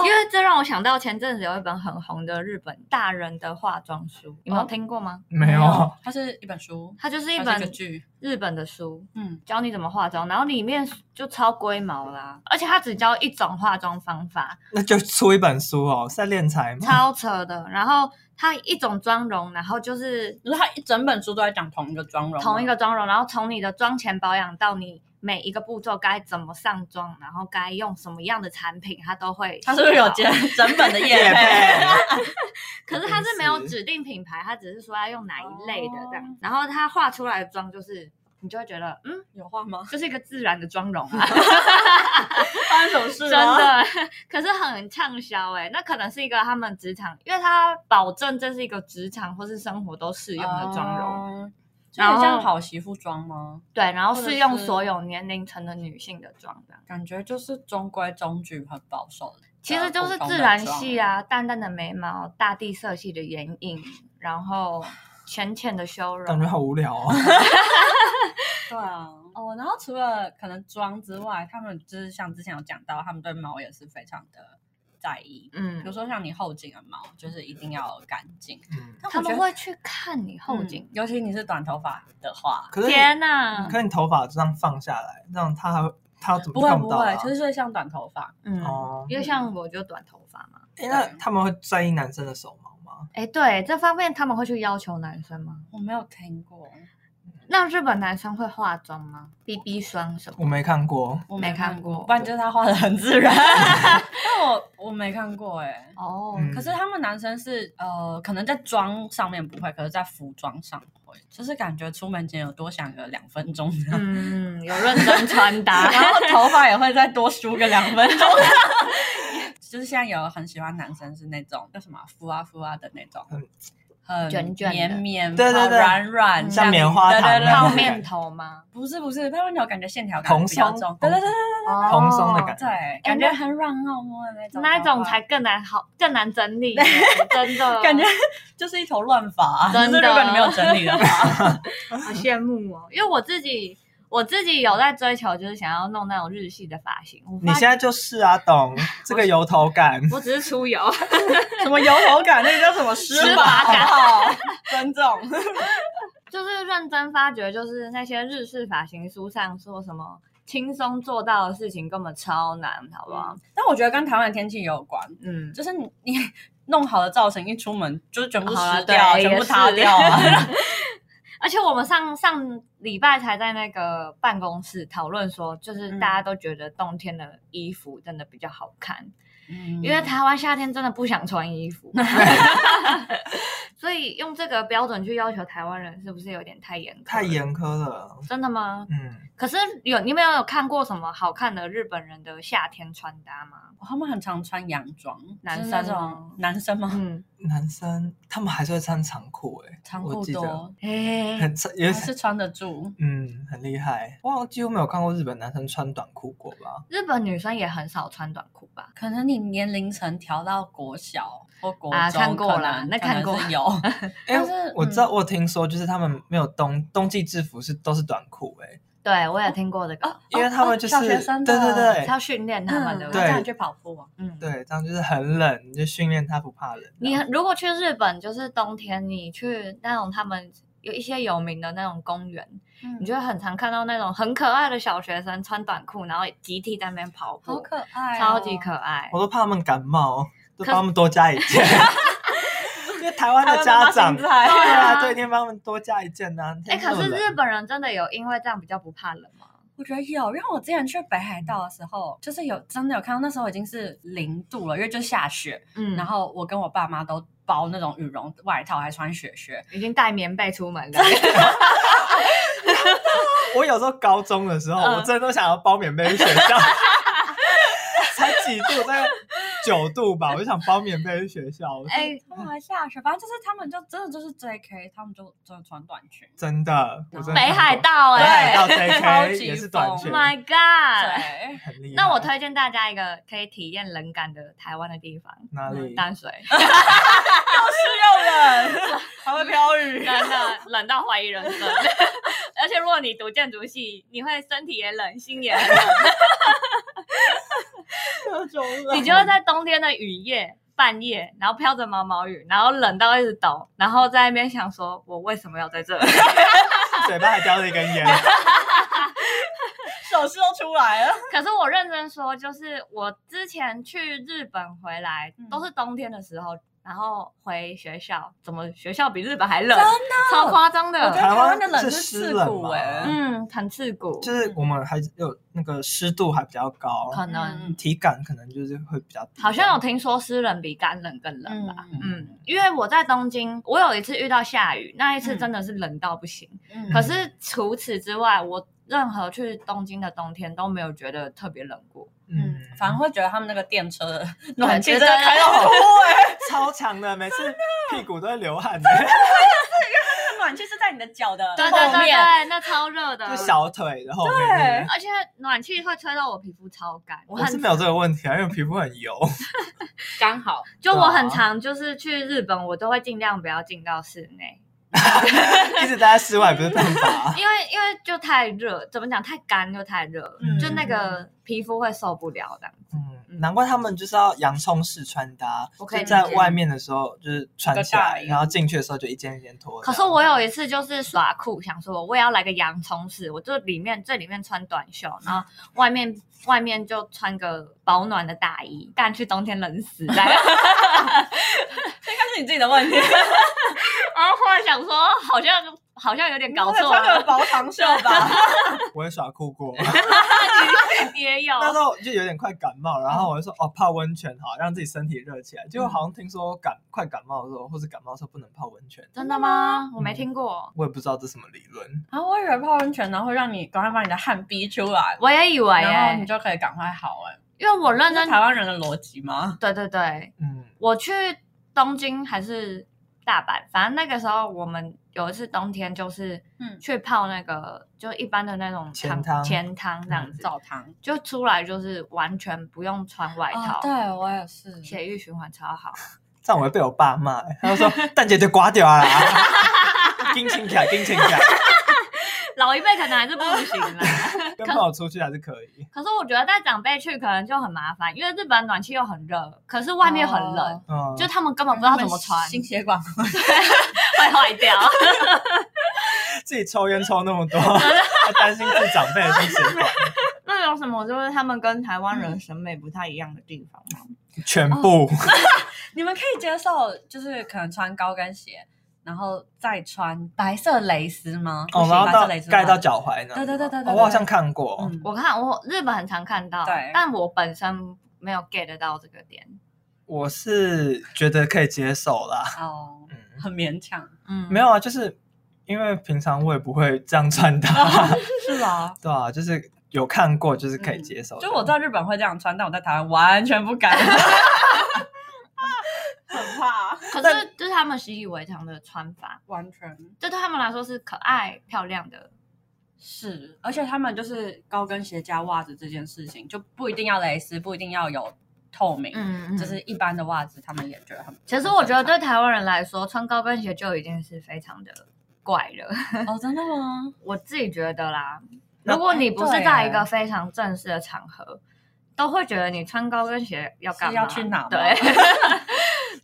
A: 因为这让我想到前阵子有一本很红的日本大人的化妆书，你
C: 哦
A: 们有听过吗？
B: 没有，，
C: 它是一本书，
A: 它就是一
C: 它是
A: 本
C: 个剧，
A: 日本的书，
C: 嗯，
A: 教你怎么化妆，然后里面就超龟毛啦，而且它只教一种化妆方法，
B: 那就出一本书哦，是在练财吗？
A: 超扯的。然后它一种妆容，然后就是
C: 就是它一整本书都在讲同一个妆容吗，
A: 同一个妆容，然后从你的妆前保养到你每一个步骤该怎么上妆，然后该用什么样的产品，它都会。
C: 他是不是有接？整本的业
B: 业
C: 配？
B: 配
A: 可是它是没有
B: 真是
A: 指定品牌，它只是说要用哪一类的这
C: 哦
A: 样。然后它画出来的妆就是，你就会觉得，嗯，
C: 有话吗？
A: 就是一个自然的妆 容啊，
C: 发生什么事
A: 真？的。 可是很畅销哎，那可能是一个他们职场，因为它保证这是一个职场或是生活都适用的妆容。
C: 容，就
A: 然
C: 很
A: 后
C: 像好媳妇妆吗？
A: 对，然后
C: 或者
A: 适用
C: 是
A: 所有年龄层的女性的妆这样。
C: 感觉就是中规中矩，很保守的。
A: 其实就是自然系啊，淡淡的眉毛，大地色系的眼影，然后浅浅的修
B: 感觉
A: 容。
B: 好无聊哦。
C: 对啊，哦，然后除了可能妆之外，他们就是像之前有讲到，他们对毛也是非常的在意。比如
A: 嗯，
C: 说像你后颈的毛，就是一定要干净。
B: 嗯，
C: 但我
A: 他
C: 觉
A: 们
C: 得
A: 会去看你后
C: 嗯
A: 颈。
C: 尤其你是短头发的话，
B: 可是你
A: 天哪！
B: 可是你头发这样放下来，这样他还会他怎
C: 不
B: 么
C: 会
B: 看
C: 不
B: 到啊？
C: 会，就是说像短头发，
A: 嗯，
B: 哦，
A: 因为像我就短头发嘛。
B: 诶那他们会在意男生的手毛吗？
A: 哎，对这方面他们会去要求男生吗？
C: 我没有听过，
A: 那日本男生会化妆吗？BB 霜什么？
B: 我没看过，
C: 我
A: 没看过
C: 不然就是他画的很自 然。 但我我没看过哎、
A: 哦，
B: 嗯
C: 可是他们男生是呃，可能在妆上面不会，可是在服装上会，就是感觉出门前有多想个两分钟，
A: 嗯，有认真穿
B: 嗯
A: 搭。
C: 然后头发也会再多梳个两分钟。 就是现在有很喜欢男生是那种叫什么啊敷啊敷啊的那种
B: 嗯，
C: 很
A: 卷卷的
C: 绵绵，
B: 对对对
C: 软软
A: 嗯
C: 这样
B: 像棉花
C: 对
B: 糖
C: 对对
B: 那
A: 泡
B: 种
C: 对
A: 面头吗？
C: 不是不是泡面头，感觉线条感觉比较
B: 蓬松
C: 重，对对对对
B: 蓬松的感
A: 觉。
B: 觉。
C: 对，感觉很软糯摸的那种，
A: 哎哦那种才更难好，更难整理耶，真 的
C: 感觉就是一头乱发、啊，
A: 真 的
C: 就是如果你没有整理的话，
A: 好羡慕哦。因为我自己，我自己有在追求，就是想要弄那种日系的发型。我发
B: 你现在就是啊，懂这个油头感，
A: 我只是出油，
C: 什么油头感，那个叫什 么湿
A: 湿
C: 法，
A: 法
C: 好
A: 感
C: 不好？尊重，
A: 就是认真发觉，就是那些日式发型书上说什么轻松做到的事情，根本超难，好不好？
C: 但我觉得跟台湾的天气也有关，
A: 嗯，
C: 就是你你弄好的造型一出门，就是全部
A: 好啦
C: 湿掉啊，
A: 对
C: 全部
A: 也是
C: 塌掉啊。
A: 而且我们上上礼拜才在那个办公室讨论说，就是
B: 嗯
A: 大家都觉得冬天的衣服真的比较好看，
B: 嗯
C: 因
A: 因为台湾夏天真的不想穿衣服， 所以用这个标准去要求台湾人，是不是有点太严苛？
B: 太。严苛了。
A: 真的吗？
B: 嗯，
A: 可是有你们有看过什么好看的日本人的夏天穿搭
B: 嗯
A: 吗？
C: 他们很常穿洋装，
A: 男
C: 就是那
A: 生吗
C: 种男生吗？
A: 嗯，
B: 男生他们还是会穿长裤诶、
C: 长
B: 我
C: 裤
B: 记得
C: 多，
A: 哎、
B: 很也
C: 还是穿得住。
B: 嗯很厉害。哇，几乎没有看过日本男生穿短裤过吧？
A: 日本女生也很少穿短裤吧？
C: 可能你年龄层调到国小或国中，
A: 啊看过
C: 可能
A: 啦那
C: 可能
A: 看过
C: 是有，
B: 哎、
C: 但是嗯
B: 我知道，我听说就是他们没有冬冬季制服是都是短裤诶、
A: 对，我也听过这个，
B: 因为他们就是、
C: 哦小学生的
B: 对对
A: 是
B: 对
A: 要训练他们
C: 嗯
A: 的。不
B: 对
C: 叫你去跑步啊。
A: 嗯，。
B: 对，这样就是很冷，你就训练他不怕冷。
A: 你如果去日本，就是冬天，你去那种他们有一些有名的那种公园，你
C: 你
A: 就会很常看到那种很可爱的小学生穿短裤，然后集体在那边跑步，
C: 好可爱、哦
A: 超级可。爱哦
B: 我。都怕他们感冒，就
A: 可
B: 帮他们多加一件。 因为台湾的家长，
C: 台
B: 对
C: 湾妈妈心
B: 啊，
A: 菜对啊
B: 对，一定帮他们多加一件呢、啊。
A: 哎、可是
B: 天那么冷
A: 日本人真的有因为这样比较不怕冷吗？
C: 我觉得有，因为我之前去北海道的时候，就是有真的有看到，那时候已经是零度了，因为就下雪。
A: 嗯
C: 然后我跟我爸妈都包那种羽绒外套，还穿雪靴。
A: 已经带棉被出 门了。
B: 我有时候高中的时候，
A: 嗯
B: 我真的都想要包棉被去学校，才几度，大概九度吧，我就想包棉被去学校。
A: 哎、
C: 他们还下雪，反正就是他们就真的就是 J K，他们就真的穿短裙。
B: 真的，我真的看过
A: 北海道
B: 北海
A: 哎、
B: 道
C: 超
B: JK
C: 级
B: 也是短
A: ，Oh
B: 裙，
A: my god！
C: 对，
B: 很厉害。
A: 那我推荐大家一个可以体验冷感的台湾的地方，
B: 哪里？
A: 淡水，
C: 是 要冷，还会飘 雨。
A: 真的冷到怀疑人生。 而且如果你读建筑系，你会身体也冷，心也 很冷，
C: 各 种
A: 你就会在冬天的雨夜。半夜，然后飘着毛毛雨，然后冷到一直抖，然后在那边想说，我为什么要在这里？
B: 嘴巴还叼着一根烟，
C: 手势都出来了。
A: 可是我认真说，就是我之前去日本回来、
C: 嗯
A: 都是冬天的时候，然后回学校，怎么学校比日本还冷？
C: 真
A: 超夸张
C: 我觉得
A: 的。
B: 台
C: 台湾
B: 湾
C: 的冷
B: 是
C: 刺
B: 湿冷
C: 骨
B: 吗
C: 哎、
A: 嗯，很刺骨，
B: 就是我们还有那个湿度还比较高，
A: 可能、
C: 嗯
B: 体感可能就是会比较低
A: 好像有听说湿冷比干冷更冷吧？
C: 嗯
A: 嗯因为我在东京，我有一次遇到下雨，那一次真的是冷到不行。
C: 嗯
A: 可是除此之外，我任何去东京的冬天都没有觉得特别冷过。
C: 嗯，反而会觉得他们那个电车的 暖气
A: 对
C: 真的开到 哭哎、
B: 嗯超强的，每次屁股都会流汗的，
C: 暖气是在你的脚的
A: 对对对
C: 后
A: 对
C: 面，，
A: 那超热的，
B: 就小腿的后面。
A: 而且暖气会吹到我皮肤超干，我
B: 我是
A: 很
B: 没有这个问题啊，因为皮肤很油。
C: 刚好
A: 就我很
B: 对啊
A: 常就是去日本，我都会尽量不要进到室内，。
B: 一直待在室外不是办法啊
A: 因为因为就太热，怎么讲太干又太热，
C: 嗯
A: 就那个皮肤会受不了的。
B: 嗯，难怪他们就是要洋葱式穿搭，
A: 我可以
B: 就在
A: 理解
B: 外面的时候就是穿起
C: 一个大
B: 来，
C: 衣
B: 然后进去的时候就一件一件脱。
A: 可是我有一次就是耍酷，想说我也要来个洋葱式，我就里面最里面穿短袖，然后外面外面就穿个保暖的大衣，但去冬天冷死 在。
C: 应该是你自己的问题。
A: 然后后来想说，好像好像有点搞错
C: 穿 个
A: 了，
C: 薄长袖 吧，
B: 我也耍酷过，
A: 也有。
B: 那时候就有点快感冒，然后
A: 嗯
B: 我就说哦泡温泉好，让自己身体热起来。结果好像听说感快感冒的时候，或是感冒的时候不能泡温泉，
A: 真的吗？我没听过，
B: 我也不知道这什么理论。
C: 然后我以为泡温泉，然后会让你赶快把你的汗逼出来，
A: 我也以为
C: 然后你
A: 耶，
C: 就可以赶快好哎、
A: 因为我认
C: 这
A: 真
C: 是台湾人的逻辑吗？
A: 对对对，
B: 嗯，
A: 我去东京还是大阪，反正那个时候我们有一次冬天就是，
C: 嗯
A: 去泡那个就一般的那种
B: 钱汤
A: 汤钱汤这样子，
C: 澡堂
A: 就出来就是完全不用穿外
D: 哦
A: 套，
C: 啊对我也是，
A: 血液循环超好。
B: 这样我会被我爸骂、欸，他就 说蛋姐就刮掉啊 啦，金钱卡金钱卡，
A: 老一辈可能还是不 行啦，
B: 跟朋友出去还是可以。
A: 可是我觉得带长辈去可能就很麻烦，因为日本暖气又很热，可是外面很冷，
C: 哦
B: 嗯，
A: 就他们根本不知道怎么穿，
C: 心血管
A: 会坏掉。
B: 自己抽烟抽 那么多，还担心自己长辈的心血管，
D: 那有什么就是他们跟台湾人审美不太一样的地方吗？
B: 全
C: 哦
B: 部。
C: 你们可以接受，就是可能穿高跟鞋，然后再穿白色蕾丝吗？
B: 哦，然后
C: 白色
B: 到
C: 蕾丝吗
B: 盖到。脚踝呢？
C: 对对对对对
B: 哦我好像看过。
C: 嗯，
A: 我看我日本很常看到
C: 对，
A: 但我本身没有 get 到这个点。
B: 我是觉得可以接受啦，
C: 哦，
B: 嗯，
C: 很勉强，
A: 嗯，
B: 没有啊，就是因为平常我也不会这样穿搭，
C: 是吧？
B: 对啊，就是有看过，就是可以接受的。
C: 嗯就我在日本会这样穿，但我在台湾完全不敢，
D: 很怕。
A: 可是这是他们习以为常的穿法，
C: 完全
A: 这对他们来说是可爱漂亮的。
C: 是。而且他们就是高跟鞋加袜子这件事情，就不一定要蕾丝，不一定要有透明，
A: 嗯
C: 就是一般的袜子，他们也觉得很。
A: 其实我觉得对台湾人来说，穿高跟鞋就已经是非常的怪了。
C: 哦，真的吗？
A: 我自己觉得啦，
B: 那
A: 如果你不是
C: 哦对
A: 在
C: 耶
A: 一个非常正式的场合，都会觉得你穿高跟鞋要干
C: 是
A: 嘛？
C: 要去哪吗
A: 对，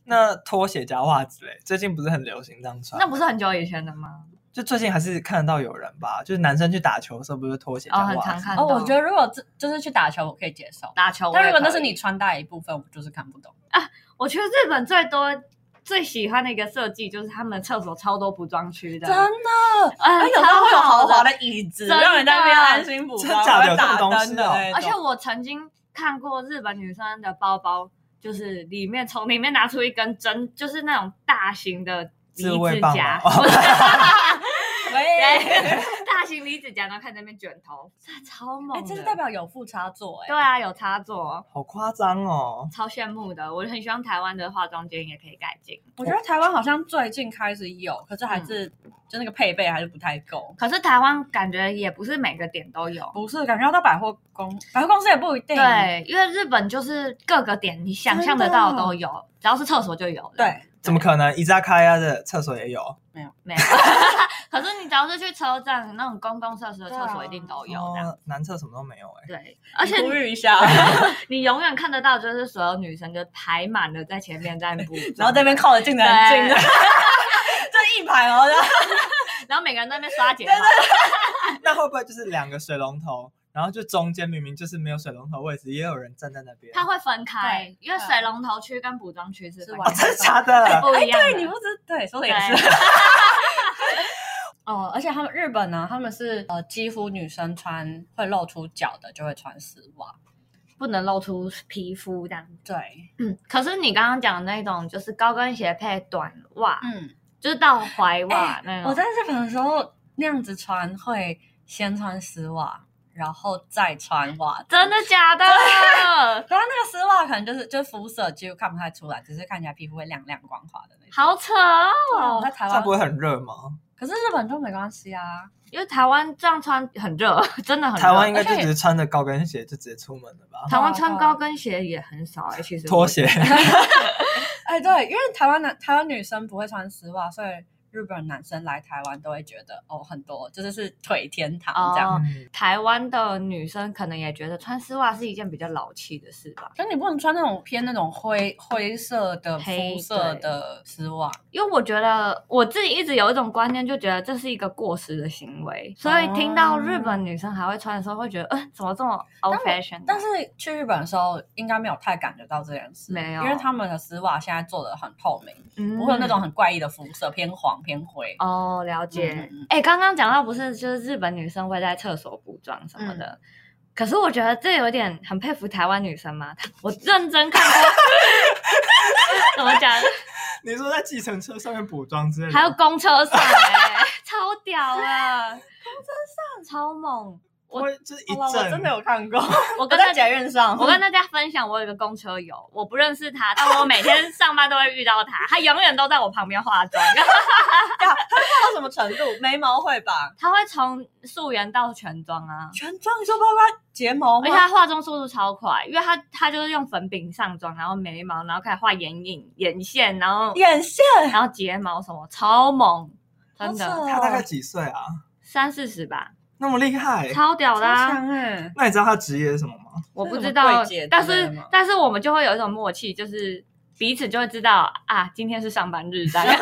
B: 那拖鞋加袜子嘞，最近不是很流行这样穿？
A: 那不是很久以前的吗？
B: 就最近还是看得到有人吧，就是男生去打球的时候，不是拖鞋加
A: 哦，
B: 袜
A: 很
B: 子？
A: 常看到。
C: 哦，我觉得如果这就是去打球，我可以接受。
A: 打球我也
C: 但
A: 可以，
C: 如果那是你穿戴的一部分，我就是看不懂。
A: 我去日本最多最喜欢的一个设计就是他们的厕所超多服装区的，
C: 的，
A: 嗯，
C: 而且
A: 超
C: 它哎会有
A: 好
C: 豪华的椅子，
A: 真的
C: 让人在那边安心补
B: 真
C: 妆，
B: 假的
C: 还会打
B: 有这
C: 灯
B: 种
C: 的
B: 东西哦
C: 那种
A: 而且我曾经看过日本女生的包包，就是里面从里面拿出一根针，就是那种大型的离
B: 自慰
A: 子
B: 棒
A: 夹，
B: 吗
C: 喂，
A: 大型离子夹，然后看那边卷头，这超猛
C: 哎，
A: 的。
C: 这是代表有副插座哎
A: 对。啊，有插座，
B: 好夸张哦！
A: 超羡慕的。我很希望台湾的化妆间也可以改进，
C: 我觉得台湾好像最近开始有，可是还是
A: 嗯
C: 就那个配备还是不太够。
A: 可是台湾感觉也不是每个点都有。
C: 不是，感觉要到百货公百货公司也不一定。
A: 对，因为日本就是各个点你想象得到的都有，只要是厕所就有。，
C: 对，
B: 怎么可能？伊扎卡亚的厕所也有，
A: 没有。 可是你只要是去车站那种公共设施的厕
C: 啊
A: 所，一定都有这样。
B: 哦男厕什么都没有哎、
A: 对，而且
C: 呼吁一下，，
A: 你永远看得到，就是所有女生就排满了在前面在补
C: 然后在那边，靠得近的很近的， 这一排哦，
A: 然后每个人在那边刷睫毛，
B: 那会不会就是两个水龙头，然后就中间明明就是没有水龙头位置，也有人站在那边？
A: 它会分开
C: 对，嗯
A: 因为水龙头区跟补妆区是
C: 是
A: 分
C: 完哎
B: 哦，
A: 开
B: 真的假的？
A: 不一样的。
C: 对，你不知对，说的也是。 哦，而且他们日本呢，他们是呃，几乎女生穿会露出脚的就会穿丝袜。
A: 不能露出皮肤这样。
C: 对，
A: 嗯，可是你刚刚讲的那种，就是高跟鞋配短袜，
C: 嗯，
A: 就是到踝袜
C: 哎
A: 那种。
C: 我在日本的时候那样子穿会先穿丝袜，然后再穿袜子。
A: 真的假的？
C: 然后那个丝袜可能就是就肤色几乎看不太出来，只是看起来皮肤会亮亮光滑的那种。
A: 好扯
C: 哦，
A: 哦！
C: 在台
B: 这样
C: 湾
B: 不，会很热吗？
C: 可是日本就没关 系啊。
A: 因为台湾这样穿很热， 真的很热。
B: 台湾应该就
C: 而且
B: 只是穿着高跟鞋就直接出门了吧？
A: 台湾穿高跟鞋也很少哎、其 实
B: 拖鞋，
C: 哎，对，因为台湾男台湾女生不会穿丝袜，所以。日本男生来台湾都会觉得哦，很多就是是腿天堂
A: 哦
C: 这样。
B: 嗯
A: 台湾的女生可能也觉得穿丝袜是一件比较老气的事吧，
C: 可是你不能穿那种偏那种灰灰色的
A: 黑
C: 肤色的丝袜，
A: 因为我觉得我自己一直有一种观念，就觉得这是一个过时的行为，所以听到日本女生还会穿的时候，会觉得，呃，怎么这么 old fashion？、
C: 哦但是去日本的时候应该没有太感觉到这件事，
A: 没有
C: 因为他们的丝袜现在做的很透明，
A: 嗯
C: 不会有那种很怪异的肤色，偏黄偏灰。
A: 哦，了解
C: 嗯嗯嗯。
A: 哎、刚刚讲到不是，就是日本女生会在厕所补妆什么的。可是我觉得这有点很佩服台湾女生嘛，她我认真看过， 怎么讲，
B: 你说在计程车上面补妆之类的，
A: 还有公车上、欸，超屌啊！公车上超猛，
B: 我会就是一
D: 好了，我
B: 阵
D: 真的有看过，
A: 我
D: 我
A: 跟大
D: 在
A: 家
D: 捷运上，
A: 我跟大家分享，我有一个公车友，我不认识他，但我每天上班都会遇到他，他永远都在我旁边化妆，
D: 到什么程度？
C: 眉毛会吧？
A: 他会从素颜到全妆啊，
C: 全妆你说包括睫毛
A: 而且他化妆速度超快，因为他他就是用粉饼上妆，然后眉毛，然后开始画眼影、眼线，然后
C: 眼线，
A: 然后睫毛什么，超猛，真
C: 好扯
A: 的
C: 哦
B: 他大概几岁啊？
A: 三四十吧，
B: 那么厉害？
A: 超屌的、啊。
C: 哎，
B: 那你知道他职业是什么吗？
A: 我不知
C: 是什
A: 道
C: 么柜姐，
A: 但
C: 之类的
A: 是
C: 吗
A: 但是我们就会有一种默契，就是彼此就会知道啊，今天是上班 日，大概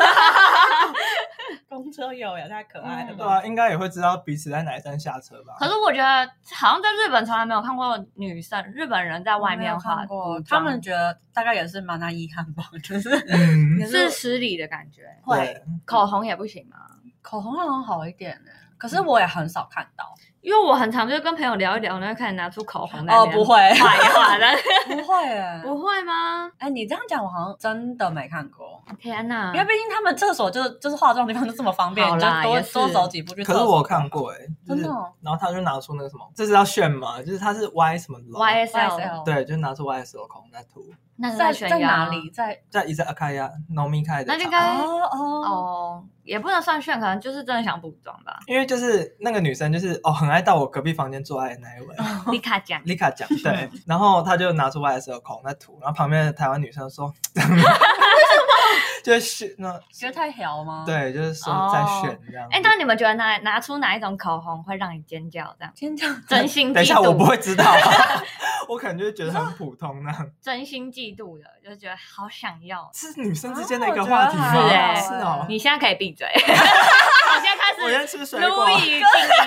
D: 公车友也太可爱了
C: 嗯
B: 对
D: 吧！
B: 啊，应该也会知道彼此在哪一站下车吧？
A: 可是我觉得好像在日本从来没有看过女生日本人
C: 啊
A: 在外面化
C: 看过
A: 古，
C: 他
A: 装
C: 们觉得大概也是蛮难遗憾吧，就是
B: 嗯，
A: 是失礼的感觉，
B: 对，
A: 口红也不行吗？
C: 口红好像好一点欸呢，可是我也很少看到，
A: 因为我很常就跟朋友聊一聊，然后开始拿出口红来
C: 哦不会
A: 画一画的，
C: 不会哎，
A: 不会吗？
C: 哎，你这样讲，我好像真的没看过，
A: 天哪
C: 因！为毕竟他们厕所就是就是化妆的地方就这么方便，
A: 好
C: 你就
A: 啦
C: 多
A: 也是
C: 多走几步去厕
B: 可
C: 所。
B: 是我看过哎、欸，就
C: 真
B: 是
C: 的哦
B: 然后他就拿出那个什么，这是要炫吗？就是他是 Y 什么楼
A: YSL
C: YSL
B: 对，就拿出 YSL 口红在涂，
A: 那是
C: 哦在
A: 炫
C: 在
A: 耀
C: 哪里？在
B: 在一在阿卡亚农民开的
A: 那就
B: 场
A: 该
C: 哦哦
A: 哦，也不能算炫，可能就是真的想补妆 吧。
B: 因为就是那个女生就是哦，很爱到我隔壁房间做爱的那一位。
A: 丽卡讲，
B: 丽卡讲 对，然后他就拿出 YSL 口红在涂，然后旁边的台湾女生 说， 就是那
C: 觉得太屌吗？，
B: 对，就是说在炫这样。
A: 哎，那你们觉得哪拿出哪一种口红会让你尖叫？ 这样
C: 尖叫
A: 真心
B: 等一
A: 嫉
B: 下，我不
A: 妒，
B: 会知 道、啊，我可能就会觉得很普通那样。
A: 真心嫉妒的，就觉得好想要。
B: 是女生之间的一个话题吗？
A: 啊我觉得还好
B: 是哦，
A: 你现在可以闭 嘴，我现在开
B: 我
A: 始
B: 先吃水
A: 如
B: 果。
A: 以静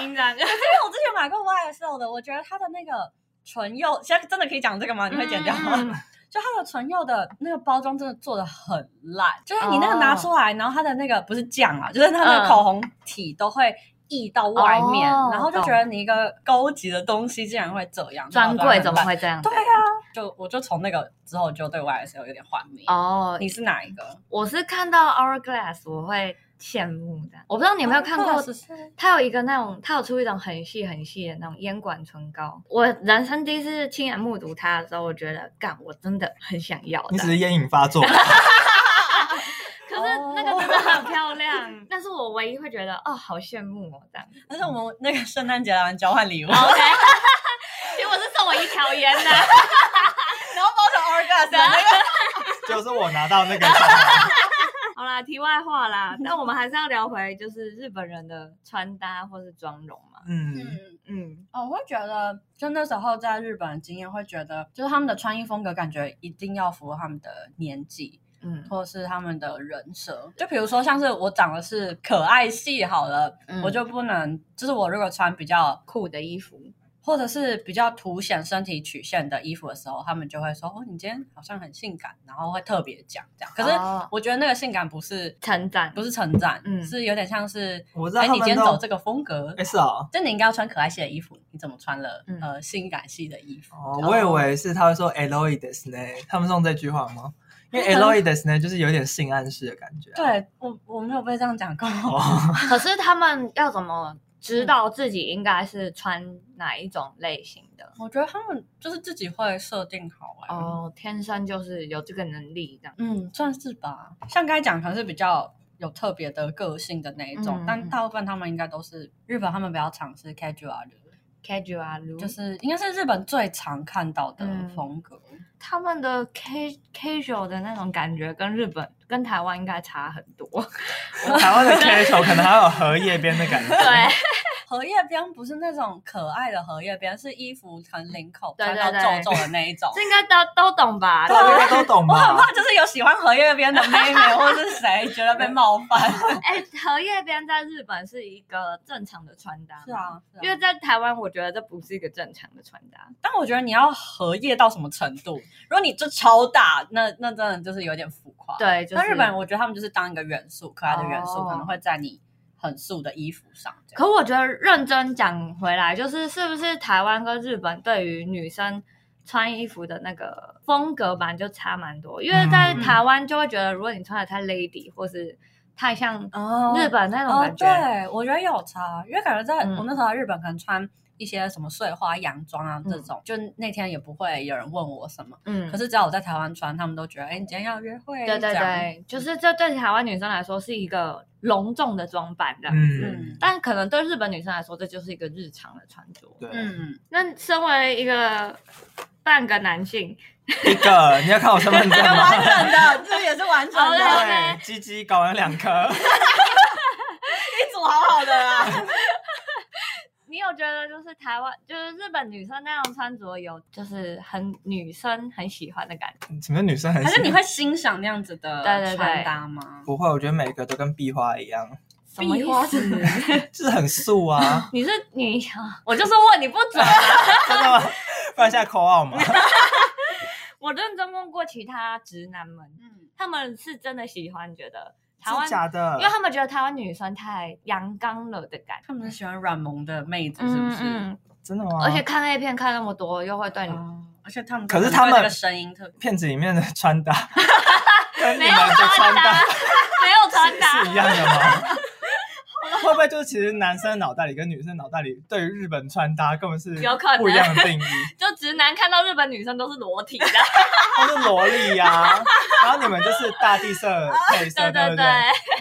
A: 音这 样。
C: 因为我之前买过 YSL 的，我觉得它的那个唇釉，现在真的可以讲这个吗？你会剪掉吗？
A: 嗯
C: 就它的唇釉的那个包装真的做的很烂，就是你那个拿出来，然后它的那个不是酱啊，就是它的
A: 嗯
C: 口红体都会溢到外面，
A: 哦
C: 然后就觉得你一个高级的东西竟然会这样，
A: 专柜怎么
C: 会？
A: 会这样？
C: 对啊，就我就从那个之后就对 YSL 有点幻灭。
A: 哦，
C: 你是哪一个？
A: 我是看到 Hourglass 我会羡慕的，我不知道你有没有看过，
C: 是
A: 它有一个那种，它有出一种很细很细的那种烟管唇膏。我人生第一次亲眼目睹它的时候，我觉得干，我真的很想要
B: 你
A: 的
B: 只。是哦烟瘾发 作，
A: 可是那个真的很漂 亮，但是我唯一会觉得哦，好羡慕哦这样。
C: 但是我们那个圣诞节来玩交换礼物，
B: 哦
C: 然后
A: OK，结果是送我一条烟 呢、
C: 包成 Orgas 的那个
B: 就是我拿到那个 口红。
A: 好啦，题外话啦，但我们还是要聊回就是日本人的穿搭或是妆容嘛。
B: 嗯，
C: 嗯
A: 嗯，
C: 哦，我会觉得，就那时候在日本的经验，会觉得就是他们的穿衣风格感觉一定要符合他们的年纪，
A: 嗯
C: 或是他们的人设。就比如说，像是我长得是可爱系好了，
A: 嗯
C: 我就不能，就是我如果穿比较
A: 酷的衣服，
C: 或者是比较凸显身体曲线的衣服的时候，他们就会说：“哦，你今天好像很性感。”然后会特别讲这样。可是
A: 哦
C: 我觉得那个性感不是
A: 称赞
C: 不是称赞，
A: 嗯
C: 是有点像是
B: 我知道
C: 哎，
B: 他
C: 你今
B: 们
C: 天走
B: 都
C: 这个风格，
B: 哎是哦，
C: 就你应该要穿可爱系的衣服，你怎么穿了、
A: 嗯
C: 呃性感系的衣服？
B: 哦，我以为是他会说 Eloides 呢，他们是用这句话吗？因为
C: 那
B: Eloides 呢，就是有点性暗示的感觉啊。
C: 对我我没有被这样讲过，
B: 哦，
A: 可是他们要怎么知道自己应该是穿哪一种类型的？
C: 我觉得他们就是自己会设定好哎、
A: 哦，天生就是有这个能力这样。
C: 嗯，算是吧。像刚才讲，可能是比较有特别的个性的那一种，
A: 嗯嗯
C: 但大部分他们应该都是日本，他们比较尝试 casual 的
A: casual，啊
C: 就是应该是日本最常看到的
A: 嗯
C: 风格。
A: 他们的 ca- casual 的那种感觉跟日本跟台湾应该差很多。
B: 台湾的 casual 可能还有荷叶边的感 觉。
A: 对，
C: 荷叶边不是那种可爱的荷叶边，是衣服很领口
A: 对
C: 穿到
A: 对对
C: 皱皱的那一 种。
A: 这应该大家都懂吧？
B: 大家应该都懂
C: 我很
B: 吧？
C: 怕，就是有喜欢荷叶边的妹 妹或者是谁觉得被冒犯。
A: 哎，荷叶边在日本是一个正常的穿搭，
C: 是，啊，是啊
A: 因为在台湾我觉得这不是一个正常的穿搭。
C: 但我觉得你要荷叶到什么程度？如果你就超大，那那真的就是有点浮夸。，
A: 对，就
C: 那
A: 是
C: 日本人我觉得他们就是当一个元素，可爱的元素、
A: 哦
C: 可能会在你很素的衣服上这样。
A: 可我觉得认真讲回来，就是是不是台湾跟日本对于女生穿衣服的那个风格吧，就差蛮多。因为在
B: 嗯
A: 台湾就会觉得，如果你穿的太 lady 或是太像
C: 哦
A: 日本那种
C: 哦
A: 感，觉，
C: 对，我觉得有差，因为感觉在、
A: 嗯
C: 我那时候在日本，可能穿一些什么碎花洋装啊
A: 嗯
C: 这种，就那天也不会有人问我什么。
A: 嗯，
C: 可是只要我在台湾穿，他们都觉得，哎、你今天要约会，
A: 对
C: 这
A: 对
C: 样，
A: 对，就是这对台湾女生来说是一个隆重的装扮这样。
B: 嗯，
C: 嗯
A: 但可能对日本女生来说，这就是一个日常的穿着。
B: 对，
C: 嗯，
A: 那身为一个半个男性，
B: 一个你要看我身份 证吗？
C: 完整的，这也是完整
A: 好
C: 的，
A: 嘞好嘞
B: 对，鸡鸡搞完两颗，
C: 一组好好的啊。
A: 你有觉得就是台湾，就是日本女生那样穿着有就是很女生很喜欢的感觉？
B: 什么女生很
C: 可是
B: 喜
C: 你
B: 欢？
C: 会欣赏那样子的
A: 对对对
C: 穿搭吗？
B: 不会，我觉得每个都跟壁花一样，
A: 什么意
C: 壁花
A: 思？，
B: 就是很素啊
A: 你是你， 我就是问你不准啊。
B: 真的吗？ 不然现在口号嘛，
A: 我认真问过其他直男们，
C: 嗯，
A: 他们是真的喜欢，觉得台
B: 真
A: 湾
B: 的，假的
A: 因为？他们觉得台湾女生太阳刚了的感觉。
C: 他们是喜欢软萌的妹子，是不
A: 嗯
C: 是？
A: 嗯，
B: 真的吗？
A: 而且看 A 片看那么多，又会对你、
C: 哦而且他们
B: 可是他们
C: 对这个声音特别。
B: 片子里面的穿 搭跟你
A: 没
B: 们
A: 有
B: 的穿
A: 穿搭
B: 搭，
A: 没有穿搭
B: 是一样的吗？会不会就是其实男生脑袋里跟女生脑袋里对于日本穿搭根本是
A: 有可能
B: 不一样的 定义，
A: 就直男看到日本女生都是裸体的，
B: 他是啊萝莉呀、然后你们就是大地色配色，
A: 对
B: 对
A: 对
B: 不
A: 对，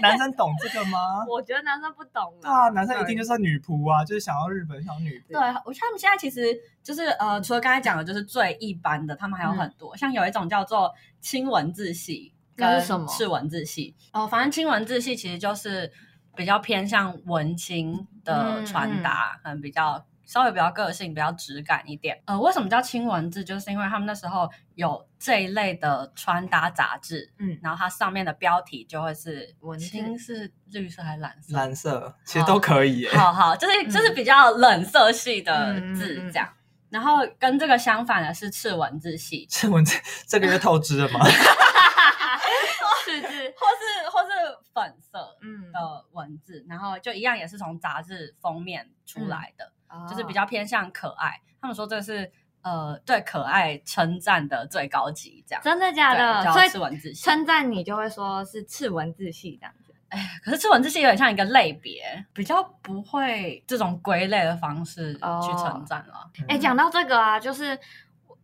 B: 男生懂这个吗？
A: 我觉得男生不懂
B: 对
A: 啊。
B: 啊，男生一定就是女仆啊，就是想要日本想要女仆。
C: 对，我觉得他们现在其实就是呃，除了刚才讲的，就是最一般的，他们还
A: 嗯
C: 有很多，像有一种叫做轻文字系，
A: 那是什么
C: 是文字系哦，反正轻文字系其实就是比较偏向文青的
A: 嗯
C: 穿搭，可能比较稍微比较个性、比较质感一点。呃，为什么叫轻文字？就是因为他们那时候有这一类的穿搭杂志，
A: 嗯
C: 然后它上面的标题就会是
A: 文字
C: 青是绿色还是蓝色？
B: 蓝色其实都可以耶、
C: 好好，就是
A: 嗯
C: 就是比较冷色系的
A: 嗯嗯
C: 字
A: 嗯
C: 这样。然后跟这个相反的是赤文字系，
B: 这文字这个月透支了吗？
A: 是是，
C: 或是或是粉色
A: 嗯，
B: 哦
C: 的文字，然后就一样也是从杂志封面
A: 嗯
C: 出来的，就是比
A: 较
C: 较偏向可爱。他们说这是呃对可爱称赞的最高级，这样。
A: 哦真的假
C: 对
A: 的，
C: 叫
A: 所
C: 赤
A: 以
C: 文字系，
A: 称赞你就会说是赤文字系这样子。
C: 可是赤文字系有点像一个类别，比较不会这种归类的方式
A: 哦
C: 去称赞了。
A: 哎、讲到这个啊，就是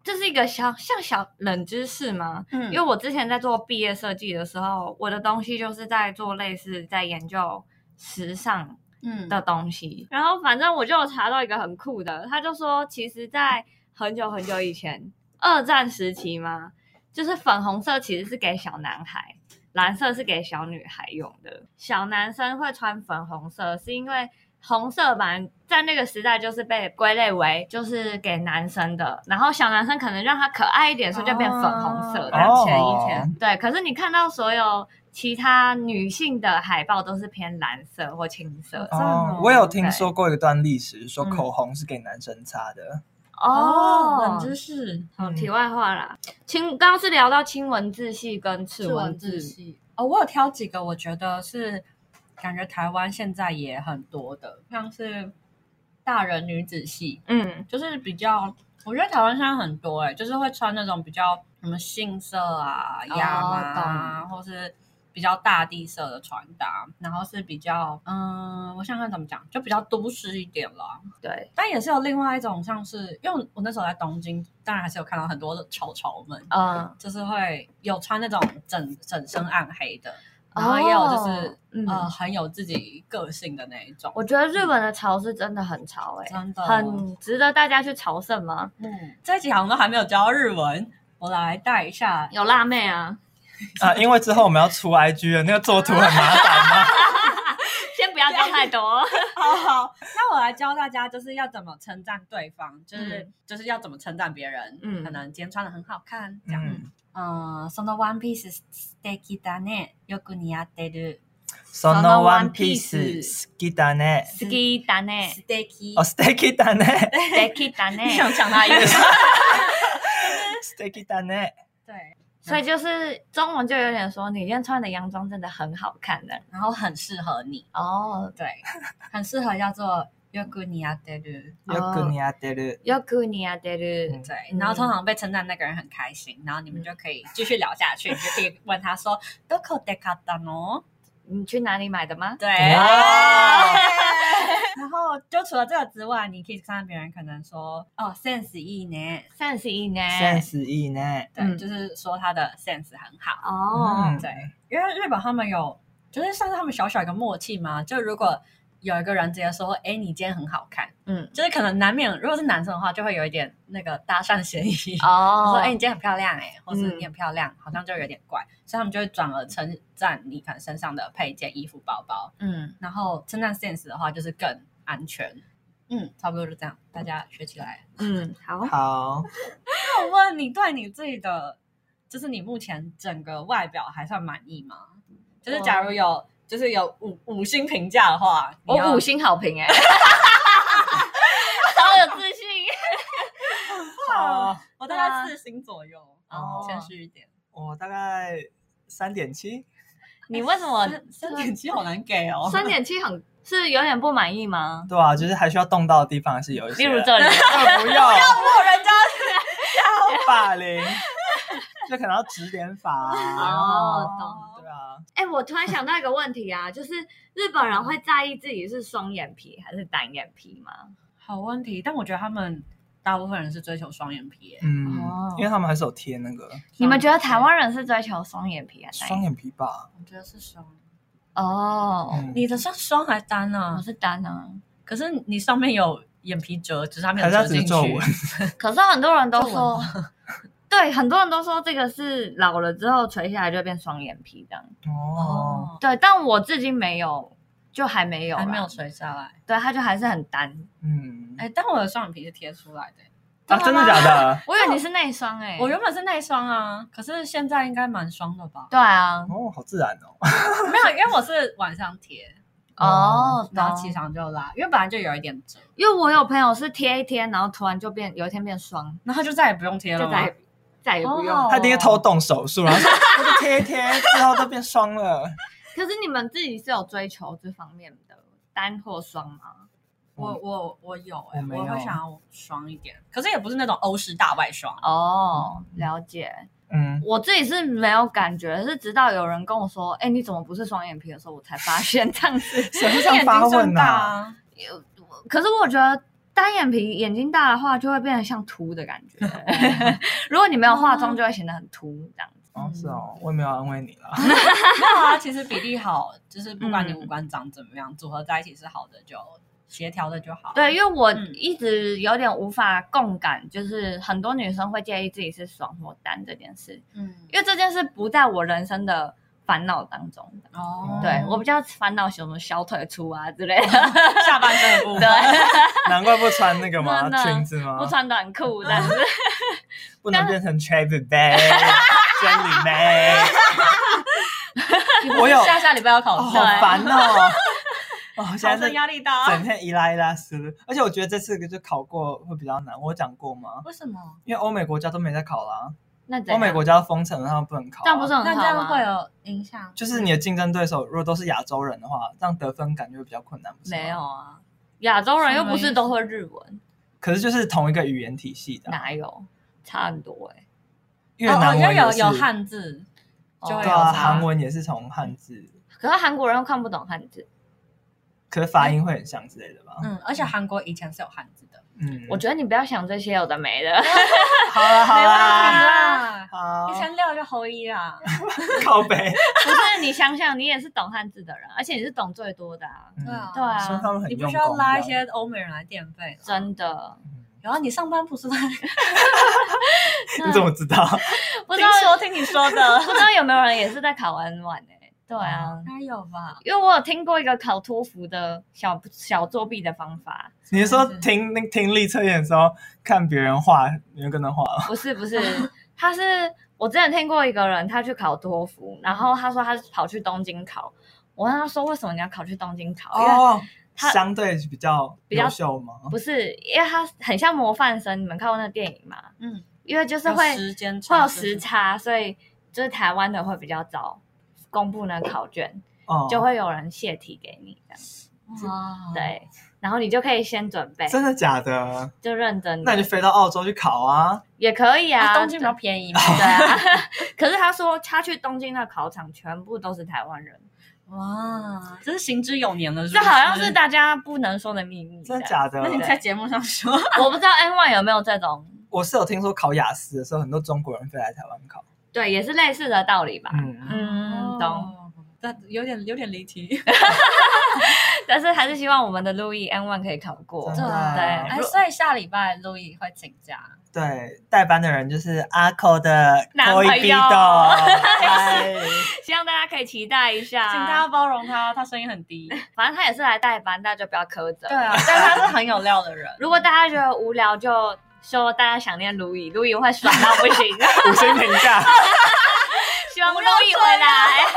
A: 这是一个小像小冷知识吗？
C: 嗯
A: 因为我之前在做毕业设计的时候，我的东西就是在做类似在研究时尚
C: 嗯
A: 的东西。然后反正我就有查到一个很酷的，他就说，其实，在很久很久以前，二战时期嘛，就是粉红色其实是给小男孩，蓝色是给小女孩用的。小男生会穿粉红色，是因为红色版在那个时代就是被归类为就是给男生的，然后小男生可能让他可爱一点，所以就变粉红色的。
C: 然后前一天
A: 对，可是你看到所有其他女性的海报都是偏蓝色或青色
C: 赞哦
B: 我有听说过一段历史，说口红是给男生擦的。
A: 哦。
C: 识，
A: 好，题外话啦，青刚刚是聊到青文字系跟赤文字，
C: 系哦，我有挑几个，我觉得是感觉台湾现在也很多的，像是大人女子系，
A: 嗯
C: 就是比较，我觉得台湾现在很多哎、就是会穿那种比较什么杏色啊、
A: 哦
C: 亚麻啊，或是。比较大地色的穿搭，然后是比较，嗯，我想想怎么讲，就比较都市一点了。
A: 对，
C: 但也是有另外一种，像是因为我那时候在东京，当然还是有看到很多的潮潮们，
A: 嗯
C: 就是会有穿那种整整身暗黑的，然后也有就是
A: 哦、嗯
C: 呃很有自己个性的那一种。
A: 我觉得日本的潮是真的很潮哎、
C: 真的
A: 很值得大家去朝圣吗？
C: 嗯，这一集好像都还没有教到日文，我来带一下。
A: 有辣妹啊，
B: 啊，因为之后我们要出 IG 了，那个做图很麻烦嘛。
A: 先不要讲 太多。
C: 好好，那我来教大家就是要怎么称赞对方，就是、就是要怎么称赞别人。
A: 嗯
C: 可能今天穿的很好看，这样。
B: 嗯，
C: 嗯，そのワンピース素敵だ ね。よく似合ってる。
B: その one piece
D: piece
B: 好きだね。
A: 好きだね
C: 素敵
B: 哦，。素敵だね。
A: 好きだ
C: 你
A: ね。
C: 想抢他一个？
B: 素敵だね。
C: 对，
A: 所以就是中文就有点说，你今天穿的洋装真的很好看的
C: 然后很适合你，
A: 哦。
C: 对，很适合叫做よく似合ってる。
B: よく似合ってる。
A: よく似合ってる。
B: 嗯
C: 对，
A: 嗯
C: 然后通常被称赞那个人很开心，然后你们就可以继续聊下去，你就可以问他说どこで買ったの？
A: 你去哪里买的吗？
C: 对。
B: 哇
C: 然后就除了这个之外，你可以称赞别人，可能说哦 sense いいね，
A: sense い
B: セ
A: い
B: ン
A: ね。
B: スいいね。
C: 对，
A: 嗯
C: 就是说他的 sense 很好。
A: 哦
B: 嗯，
C: 对，因为日本他们有，就是算是他们小小一个默契嘛。就如果有一个人直接说：“哎，你今天很好看。”
A: 嗯，
C: 就是可能难免，如果是男生的话，就会有一点那个搭讪嫌疑。
A: 哦，
C: 说：“哎，你今天很漂亮，哎，或是
A: 嗯
C: 你很漂亮，好像就有点怪。”所以他们就会转而称赞你可能身上的配件、衣服、包包。
A: 嗯，
C: 然后称赞 sense 的话，就是更安全。嗯，差不多就这样，大家学起来。
A: 嗯，好。
B: 好，
C: 那我问你，对你自己的，就是你目前整个外表还算满意吗？就是假如有，就是有五五星评价的话，你要
A: 我五，星好评 哎、欸，超有自信。
B: 好，
C: 我大概四星左右，嗯
A: 哦
C: 谦虚一点。
B: 我大概三点七。
A: 你为什么
C: 三三点七好难给哦，
A: 三点七很是有点不满意吗？
B: 对啊，就是还需要动到的地方是有一些。
A: 例如这里，
B: 啊，不 要
C: 我人家
B: 霸凌，就可能要指点法啊。
A: 哦懂
B: 对啊，
A: 哎、我突然想到一个问题啊， 就是日本人会在意自己是双眼皮还是单眼皮吗？
C: 好问题，但我觉得他们大部分人是追求双眼皮耶，
B: 嗯
A: 哦，
B: 因为他们还是有贴那个
A: 你们觉得台湾人是追求双眼皮还是单
B: 双
A: 眼皮？
B: 眼皮吧。
C: 我觉得是双，
A: 哦，
B: 嗯，
C: 你的算双还单
A: 我
C: 啊？
A: 是单啊。
C: 可是你上面有眼皮折，只是它没有
B: 还是它
C: 折
B: 只是
C: 进去
B: 皱纹。
A: 可是很多人都
C: 皱纹
A: 说， 对，很多人都说这个是老了之后垂下来就变双眼皮这样。
B: 哦，
C: 哦，
A: 对，但我至今没有，就还没有啦，
C: 还没有垂下来。
A: 对，它就还是很单。
B: 嗯，
C: 哎，但我的双眼皮是贴出来的耶。
B: 啊，真的假的？
A: 我以为你是内双哎、
C: 我原本是内双啊，可是现在应该蛮双的 吧？
A: 对啊，
B: 哦，好自然哦。
C: 没有，因为我是晚上贴，
A: 哦，
C: 然后
A: 懂
C: 起床就拉，因为本来就有一点折，
A: 因为我有朋友是贴一贴，然后突然就变，有一天变双，
C: 然后就再也不用贴了
A: 就
C: 吗。
A: 再也再也不用。
C: 哦
B: 他一定是偷动手术，然后说我就贴一贴，之后都变双了。
A: 可是你们自己是有追求这方面的单或双吗？
C: 我我我有哎、
B: 我没有
C: 我会想要双一点，可是也不是那种欧式大外双。
A: 哦，了解。
B: 嗯，
A: 我自己是没有感觉，是直到有人跟我说：“哎、你怎么不是双眼皮？”的时候，我才 发现这样子。
B: 谁会这
C: 眼
B: 样
C: 睛
B: 发
C: 算
B: 问
C: 大
B: 啊？
C: 啊，
A: 可是我觉得单眼皮眼睛大的话，就会变得像凸 的感觉。如果你没有化妆，就会显得很凸这样子。
B: 哦，是哦，我也没有安慰你啦。
C: 没有啊，其实比例好，就是不管你
A: 嗯
C: 五官长怎么样，组合在一起是好的就协调的就好。
A: 对，因为我
C: 嗯
A: 一直有点无法共感，就是很多女生会介意自己是双或单这件事，
C: 嗯，
A: 因为这件事不在我人生的烦恼当中的。
C: 哦，
A: 对我比较烦恼什么小腿粗啊之类 的，
C: 下半身的部分。
B: 啊难怪不穿那个吗？
A: 真的
B: 裙子吗？
A: 不穿短裤这样子。
B: 不能变成 Travis Bay、真理妹。 我有
C: 下下礼拜要考
B: 哦，
C: 试，
B: 好烦哦！哦，
C: 考
B: 现在
C: 生
B: 是
C: 压力大。
B: 整天一拉一拉撕，而且我觉得这次就考过会比较难。我有讲过吗？
C: 为什么？
B: 因为欧美国家都没在考啦，
A: 那怎
B: 欧
A: 样
B: 美国家都封城了，他们不能考啊。
A: 这样不是很
C: 那这
A: 好
C: 样会
A: 吗？
C: 有影响？
B: 就是你的竞争对手如果都是亚洲人的话，这样得分感觉会比较困难，不是吗
A: 没有，啊，亚洲人又不是都会日文，
B: 可是就是同一个语言体系的啊，
A: 哪有差很多哎、
B: 越南
C: 哦，因
B: 文
C: 为有
B: 也是
C: 有汉字，就会有
A: 哦
B: 对
C: 差
B: 啊，韩文也是从汉字。
A: 可是韩国人又看不懂汉字，
B: 可是发音会很像之类的吧？
C: 嗯，而且韩国以前是有汉字的，
B: 嗯，
A: 我觉得你不要想这些有的没 的，
B: 好了好
C: 没问
B: 了
C: 题啦，
B: 好啊
C: 一，千六就侯一啦。
B: 靠 背，
A: 不是你想想，你也是懂汉字的人，而且你是懂最多的啊，
B: 嗯
C: 对啊
A: 对
B: 所以
A: 啊，
B: 他们很
C: 你不
B: 用
C: 需要
B: 功
C: 拉一
B: 这
C: 些
B: 样
C: 欧美人来垫背，
A: 真的。
B: 嗯
C: 然后你上班不是在
B: 你怎么知 道？
A: 不知道
C: 听你说的
A: 不知道有没有人也是在考 N 1呢、对啊，
C: 应该有吧？
A: 因为我有听过一个考托福的小小作弊的方法，
B: 你是
C: 嗯
B: 说听那听力测验的时候看别人画，你就跟着画？
A: 不是不是，他是我之前听过一个人，他去考托福，然后他说他跑去东京考。我问他说：“为什么你要考去东京考？”因为
B: 哦，
A: 他
B: 相对比较
A: 比较
B: 优秀吗？
A: 不是，因为他很像模范生，你们看过那个电影吗？
C: 嗯，
A: 因为就是
C: 有
A: 会
C: 时间
A: 会有
C: 差
A: 时，差，所以就是台湾的会比较早公布那个考卷，
B: 哦，
A: 就会有人泄题给你这样。
C: 哇，
A: 对，然后你就可以先准备，
B: 真的假的？
A: 就认真
B: 那你
A: 的
B: 就飞到澳洲去考啊！
A: 也可以啊。
C: 啊，东京比较便宜嘛。
A: 对啊， 可是他说他去东京的考场全部都是台湾人，
C: 哇，这是行之有年了，
A: 这好像是大家不能说的秘密。
B: 真的假的
C: 那？你在节目上说，
A: 对 我不知道 N One 有没有这种，
B: 我是有听说考雅思的时候，很多中国人飞来台湾考。
A: 对，也是类似的道理吧。
B: 嗯，
A: 嗯，懂。
C: 哦。但有点有点离题，
A: 但是还是希望我们的路易 N One 可以考过。
B: 真的
A: 对
C: 哎，所以下礼拜路易会请假，
B: 对，代班的人就是阿寇的
A: 男朋友
B: boybido 嗨
A: 希望大家可以期待一下。
C: 请大家，包容他，他声音很低。
A: 反正他也是来代班，大家就不要苛责。
C: 对，啊，但他是很有料 的人。
A: 如果大家觉得无聊，就说大家想念路易，路易会爽到不行。
B: 五星评价。
A: 希望路易回来。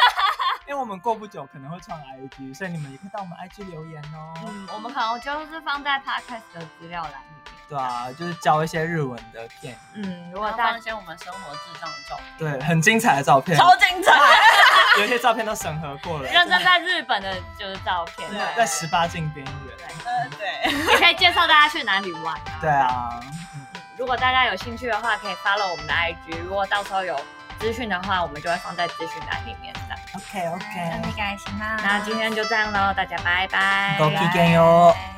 B: 因为我们过不久可能会创 IG，所以你们也可以到我们 IG 留言哦。
A: 嗯，我们可能就是放在 podcast 的资料栏里面。
B: 对啊，就是教一些日文的片，
A: 嗯，如
C: 我
A: 果大
C: 放一
A: 家
C: 些我们生活智障的照片，
B: 对，很精彩的照片，
C: 超精彩。
B: 有一些照片都审核过了，
A: 认真在日本的就是照片，
C: 对
B: 在十八禁边缘。
C: 呃，对，
A: 也可以介绍大家去哪里玩啊。
B: 对啊，
A: 嗯，如果大家有兴趣的话，可以 follow 我们的 IG。如果到时候有资讯的话，我们就会放在资讯栏里面的。
B: OK OK，
C: 感谢
A: 那今天就这样喽，大家拜拜。
B: ごきげんよう。